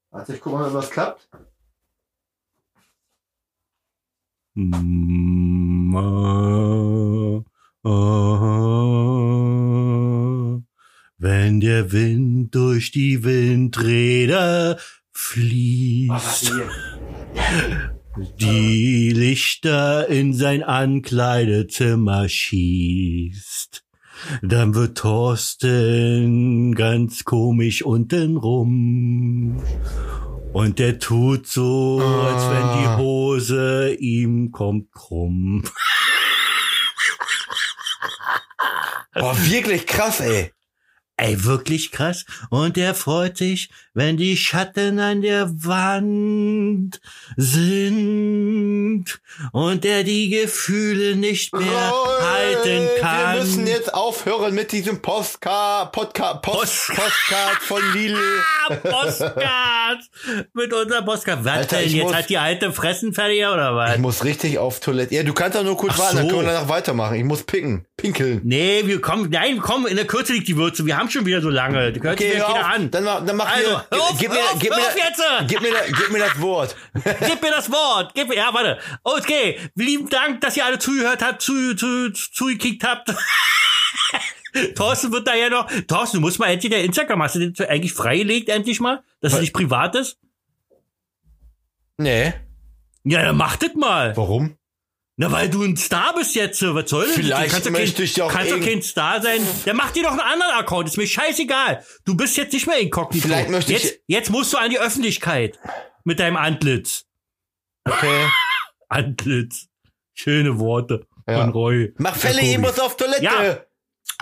A: Warte, ich guck mal, ob das klappt.
B: ah, Wenn der Wind durch die Windräder
A: Oh,
B: fließt,
A: warte hier.
B: die Lichter in sein Ankleidezimmer schießt, dann wird Thorsten ganz komisch untenrum. Und der tut so, als wenn die Hose ihm kommt krumm.
A: Boah, wirklich krass, ey.
B: Ey, wirklich krass. Und er freut sich, wenn die Schatten an der Wand sind und er die Gefühle nicht mehr
A: Roll,
B: halten kann.
A: Wir müssen jetzt aufhören mit diesem Postka, Podka, Post,
B: Postka-
A: Postcard von Lidl.
B: Ah, Postcard! Mit unserem Postcard. Was
A: Alter,
B: denn?
A: ich
B: Jetzt
A: muss-
B: hat die alte Fressen fertig oder
A: Ich
B: was?
A: muss richtig auf Toilette. Ja, du kannst doch nur kurz
B: Ach
A: warten, dann
B: so.
A: können wir danach weitermachen. Ich muss picken, pinkeln.
B: Nee, wir kommen, nein, komm, in der Kürze liegt die Würze. Wir haben haben schon wieder so lange. Die gehört
A: Okay,
B: sich
A: hör
B: wieder
A: auf.
B: an.
A: Dann, mach- dann mach
B: Also,
A: mir,
B: hör auf,
A: gib mir,
B: hör auf,
A: gib
B: hör
A: mir,
B: auf jetzt!
A: gib mir, gib mir das
B: (laughs)
A: Wort.
B: Gib mir das Wort. Gib mir, ja, warte. Okay, lieben Dank, dass ihr alle zugehört habt, zu, zu, zu- zugekickt habt. (laughs) Thorsten wird da ja noch. Thorsten, du musst mal endlich der Instagram. Hast du den zu- eigentlich freigelegt, endlich mal? Dass es nicht privat ist?
A: Nee.
B: Ja, dann mach das mal.
A: Warum?
B: Na, weil du ein Star bist jetzt. Was soll denn das?
A: Vielleicht
B: kannst doch
A: möchte
B: kein,
A: ich ja auch
B: kannst doch
A: irgend-
B: kein Star sein. Dann mach dir doch einen anderen Account. Ist mir scheißegal. Du bist jetzt nicht mehr inkognito.
A: Vielleicht möchte ich-
B: jetzt, Jetzt musst du an die Öffentlichkeit. Mit deinem Antlitz.
A: Okay.
B: Antlitz. Schöne Worte
A: Ja.
B: von Roy.
A: Mach Fälle, ich muss auf Toilette.
B: Ja.
A: (laughs)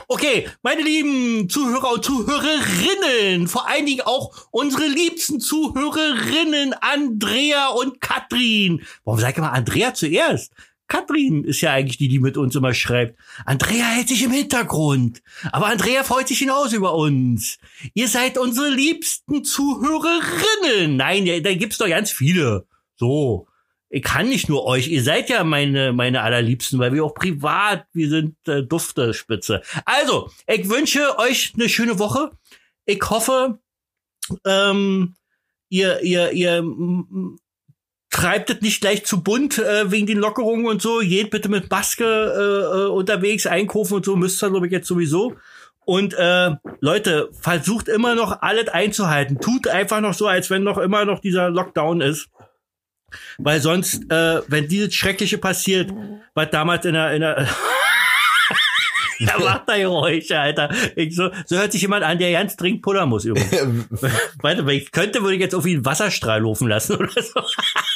B: Okay, meine lieben Zuhörer und Zuhörerinnen, vor allen Dingen auch unsere liebsten Zuhörerinnen Andrea und Katrin. Warum sag ich mal Andrea zuerst? Katrin ist ja eigentlich die, die mit uns immer schreibt. Andrea hält sich im Hintergrund. Aber Andrea freut sich hinaus über uns. Ihr seid unsere liebsten Zuhörerinnen. Nein, ja, da gibt's doch ganz viele. So. Ich kann nicht nur euch, ihr seid ja meine, meine allerliebsten, weil wir auch privat, wir sind äh, Dufterspitze. Also, ich wünsche euch eine schöne Woche. Ich hoffe, ähm, ihr, ihr, ihr mm, treibt es nicht gleich zu bunt äh, wegen den Lockerungen und so. Geht bitte mit Maske äh, äh, unterwegs, einkaufen und so, müsst ihr, glaube ich, jetzt sowieso. Und äh, Leute, versucht immer noch alles einzuhalten. Tut einfach noch so, als wenn noch immer noch dieser Lockdown ist. Weil sonst, äh, wenn dieses Schreckliche passiert, was damals in der, in der (laughs) Da macht er Geräusche, Alter. Ich so, so hört sich jemand an, der ganz dringend pullern muss übrigens. (laughs) Warte, wenn ich könnte, würde ich jetzt auf ihn einen Wasserstrahl laufen lassen oder so.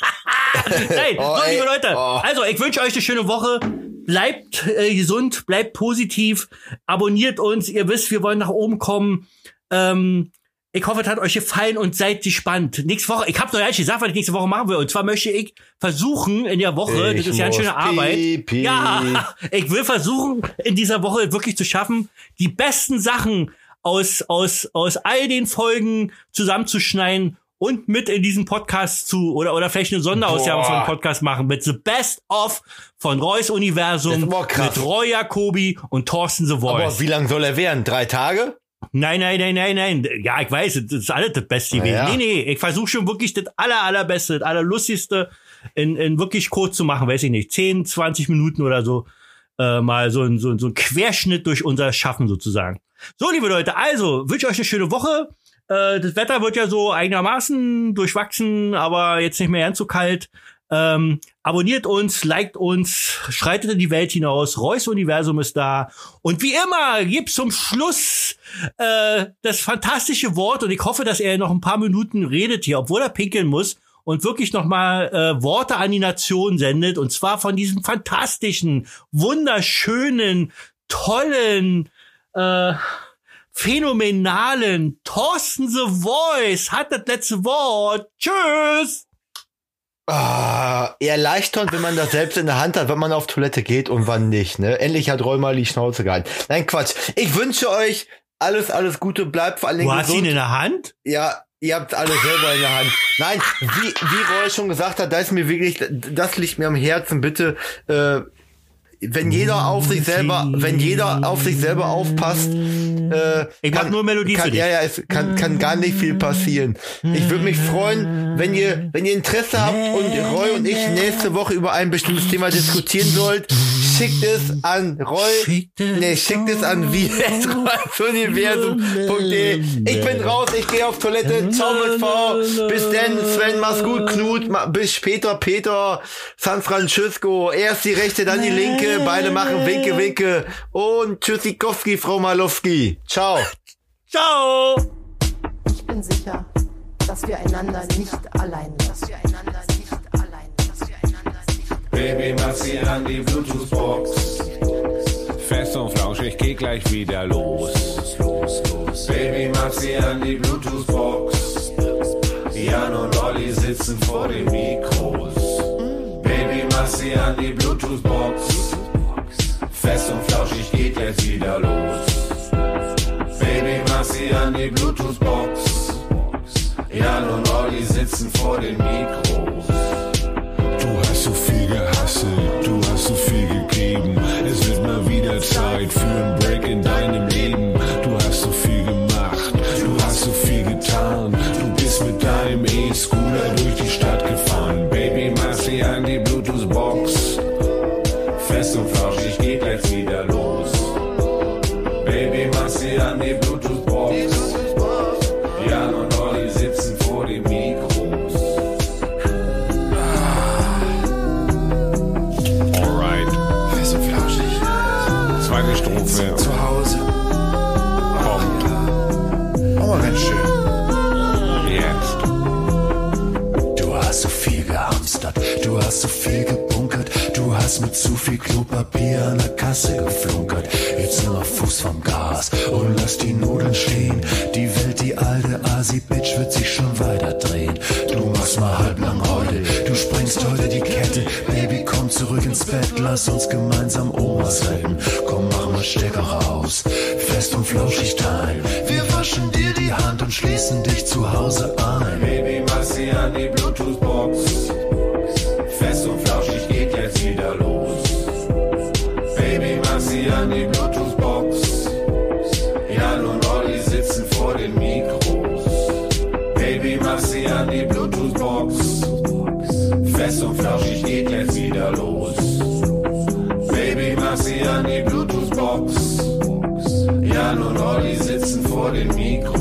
B: (laughs) Nein,
A: Oh,
B: so,
A: ey.
B: liebe Leute.
A: Oh.
B: Also, ich wünsche euch eine schöne Woche. Bleibt äh, gesund, bleibt positiv, abonniert uns. Ihr wisst, wir wollen nach oben kommen. Ähm, ich hoffe, es hat euch gefallen und seid gespannt. Nächste Woche, ich habe noch gar nicht gesagt, was ich nächste Woche machen will. Und zwar möchte ich versuchen, in der Woche, das
A: Ich
B: ist ja eine
A: muss
B: schöne Arbei.
A: piep, piep.
B: Ja, (laughs) ich will versuchen, in dieser Woche wirklich zu schaffen, die besten Sachen aus, aus, aus all den Folgen zusammenzuschneiden und mit in diesen Podcast zu, oder, oder vielleicht eine Sonderausgabe
A: Boah.
B: von Podcast machen mit The Best of von Reus Universum,
A: Das war krass.
B: mit Roy Jacobi und Thorsten The Voice.
A: Aber wie lang soll er werden? Drei Tage?
B: Nein, nein, nein, nein, nein. Ja, ich weiß, das ist alles das Beste gewesen.
A: ja.
B: Nee, nee, ich versuche schon wirklich das aller, allerbeste, das allerlustigste in, in wirklich kurz zu machen, weiß ich nicht, 10, 20 Minuten oder so, äh, mal so ein, so, ein- so ein Querschnitt durch unser Schaffen sozusagen. So, liebe Leute, also, wünsche euch eine schöne Woche. Äh, das Wetter wird ja so einigermaßen durchwachsen, aber jetzt nicht mehr ganz so kalt. Ähm, abonniert uns, liked uns, schreitet in die Welt hinaus. Reus Universum ist da. Und wie immer gibt's zum Schluss äh, das fantastische Wort. Und ich hoffe, dass er noch ein paar Minuten redet hier, obwohl er pinkeln muss. Und wirklich nochmal äh, Worte an die Nation sendet. Und zwar von diesem fantastischen, wunderschönen, tollen, äh, phänomenalen Thorsten The Voice hat das letzte Wort. Tschüss!
A: Ah, erleichternd, wenn man das selbst in der Hand hat, wenn man auf Toilette geht und wann nicht, ne? Endlich hat Roy mal die Schnauze gehalten. Nein, Quatsch. Ich wünsche euch alles, alles Gute, bleibt vor allen Dingen
B: Du hast ihn
A: gesund.
B: in der Hand?
A: Ja, ihr habt alle selber in der Hand. Nein, wie, wie Roy schon gesagt hat, da ist mir wirklich, das liegt mir am Herzen, bitte, äh, wenn jeder auf sich selber, wenn jeder auf sich selber aufpasst, äh,
B: Ich mach nur Melodie
A: kann,
B: für dich.
A: Ja, ja, es kann, kann gar nicht viel passieren. Ich würde mich freuen, wenn ihr, wenn ihr Interesse habt und Roy und ich nächste Woche über ein bestimmtes Thema diskutieren sollt, schickt es an Roy.
B: Schickt es
A: nee, schickt es an (laughs) wie.universum.de. E. Ich bin raus, ich gehe auf Toilette. Ciao mit V. Bis denn, Sven, mach's gut, Knut. Ma bis später, Peter. San Francisco. Erst die rechte, dann die linke. Beide machen Winke, Winke. Und Tschüssikowski, Frau Malowski. Ciao.
B: Ciao!
E: Ich bin sicher, dass wir einander nicht allein lassen. Dass wir einander nicht allein lassen. Dass wir einander nicht
F: Baby, mach sie an die Bluetooth-Box. Fest und flauschig, geh gleich wieder los. Baby, mach sie an die Bluetooth-Box. Jan und Olli sitzen vor den Mikros. Baby, mach sie an die Bluetooth-Box. Fest und flauschig, geht jetzt wieder los. Baby, mach sie an die Bluetooth-Box. Jan und Olli sitzen vor den Mikros.
D: Du hast so viel gehasselt, du hast so viel gegeben. Es wird mal wieder Zeit für einen Break in deinem Leben. Du hast so viel hast zu viel gebunkert. Du hast mit zu viel Klopapier an der Kasse geflunkert. Jetzt nimm mal Fuß vom Gas und lass die Nudeln stehen. Die Welt, die alte Asi-Bitch wird sich schon weiter drehen. Du machst mal halblang heute, du sprengst heute die Kette. Baby, komm zurück ins Bett, lass uns gemeinsam Omas retten. Komm, mach mal Stecker raus, fest und flauschig time. Wir waschen dir die Hand und schließen dich zu Hause ein.
F: Baby, mach sie an die Bluetooth-Box. Fest und flauschig geht jetzt wieder los. Baby, mach sie an die Bluetooth-Box. Jan und Olli sitzen vor den Mikros. Baby, mach sie an die Bluetooth-Box. Fest und flauschig geht jetzt wieder los. Baby, mach sie an die Bluetooth-Box. Jan und Olli sitzen vor den Mikros.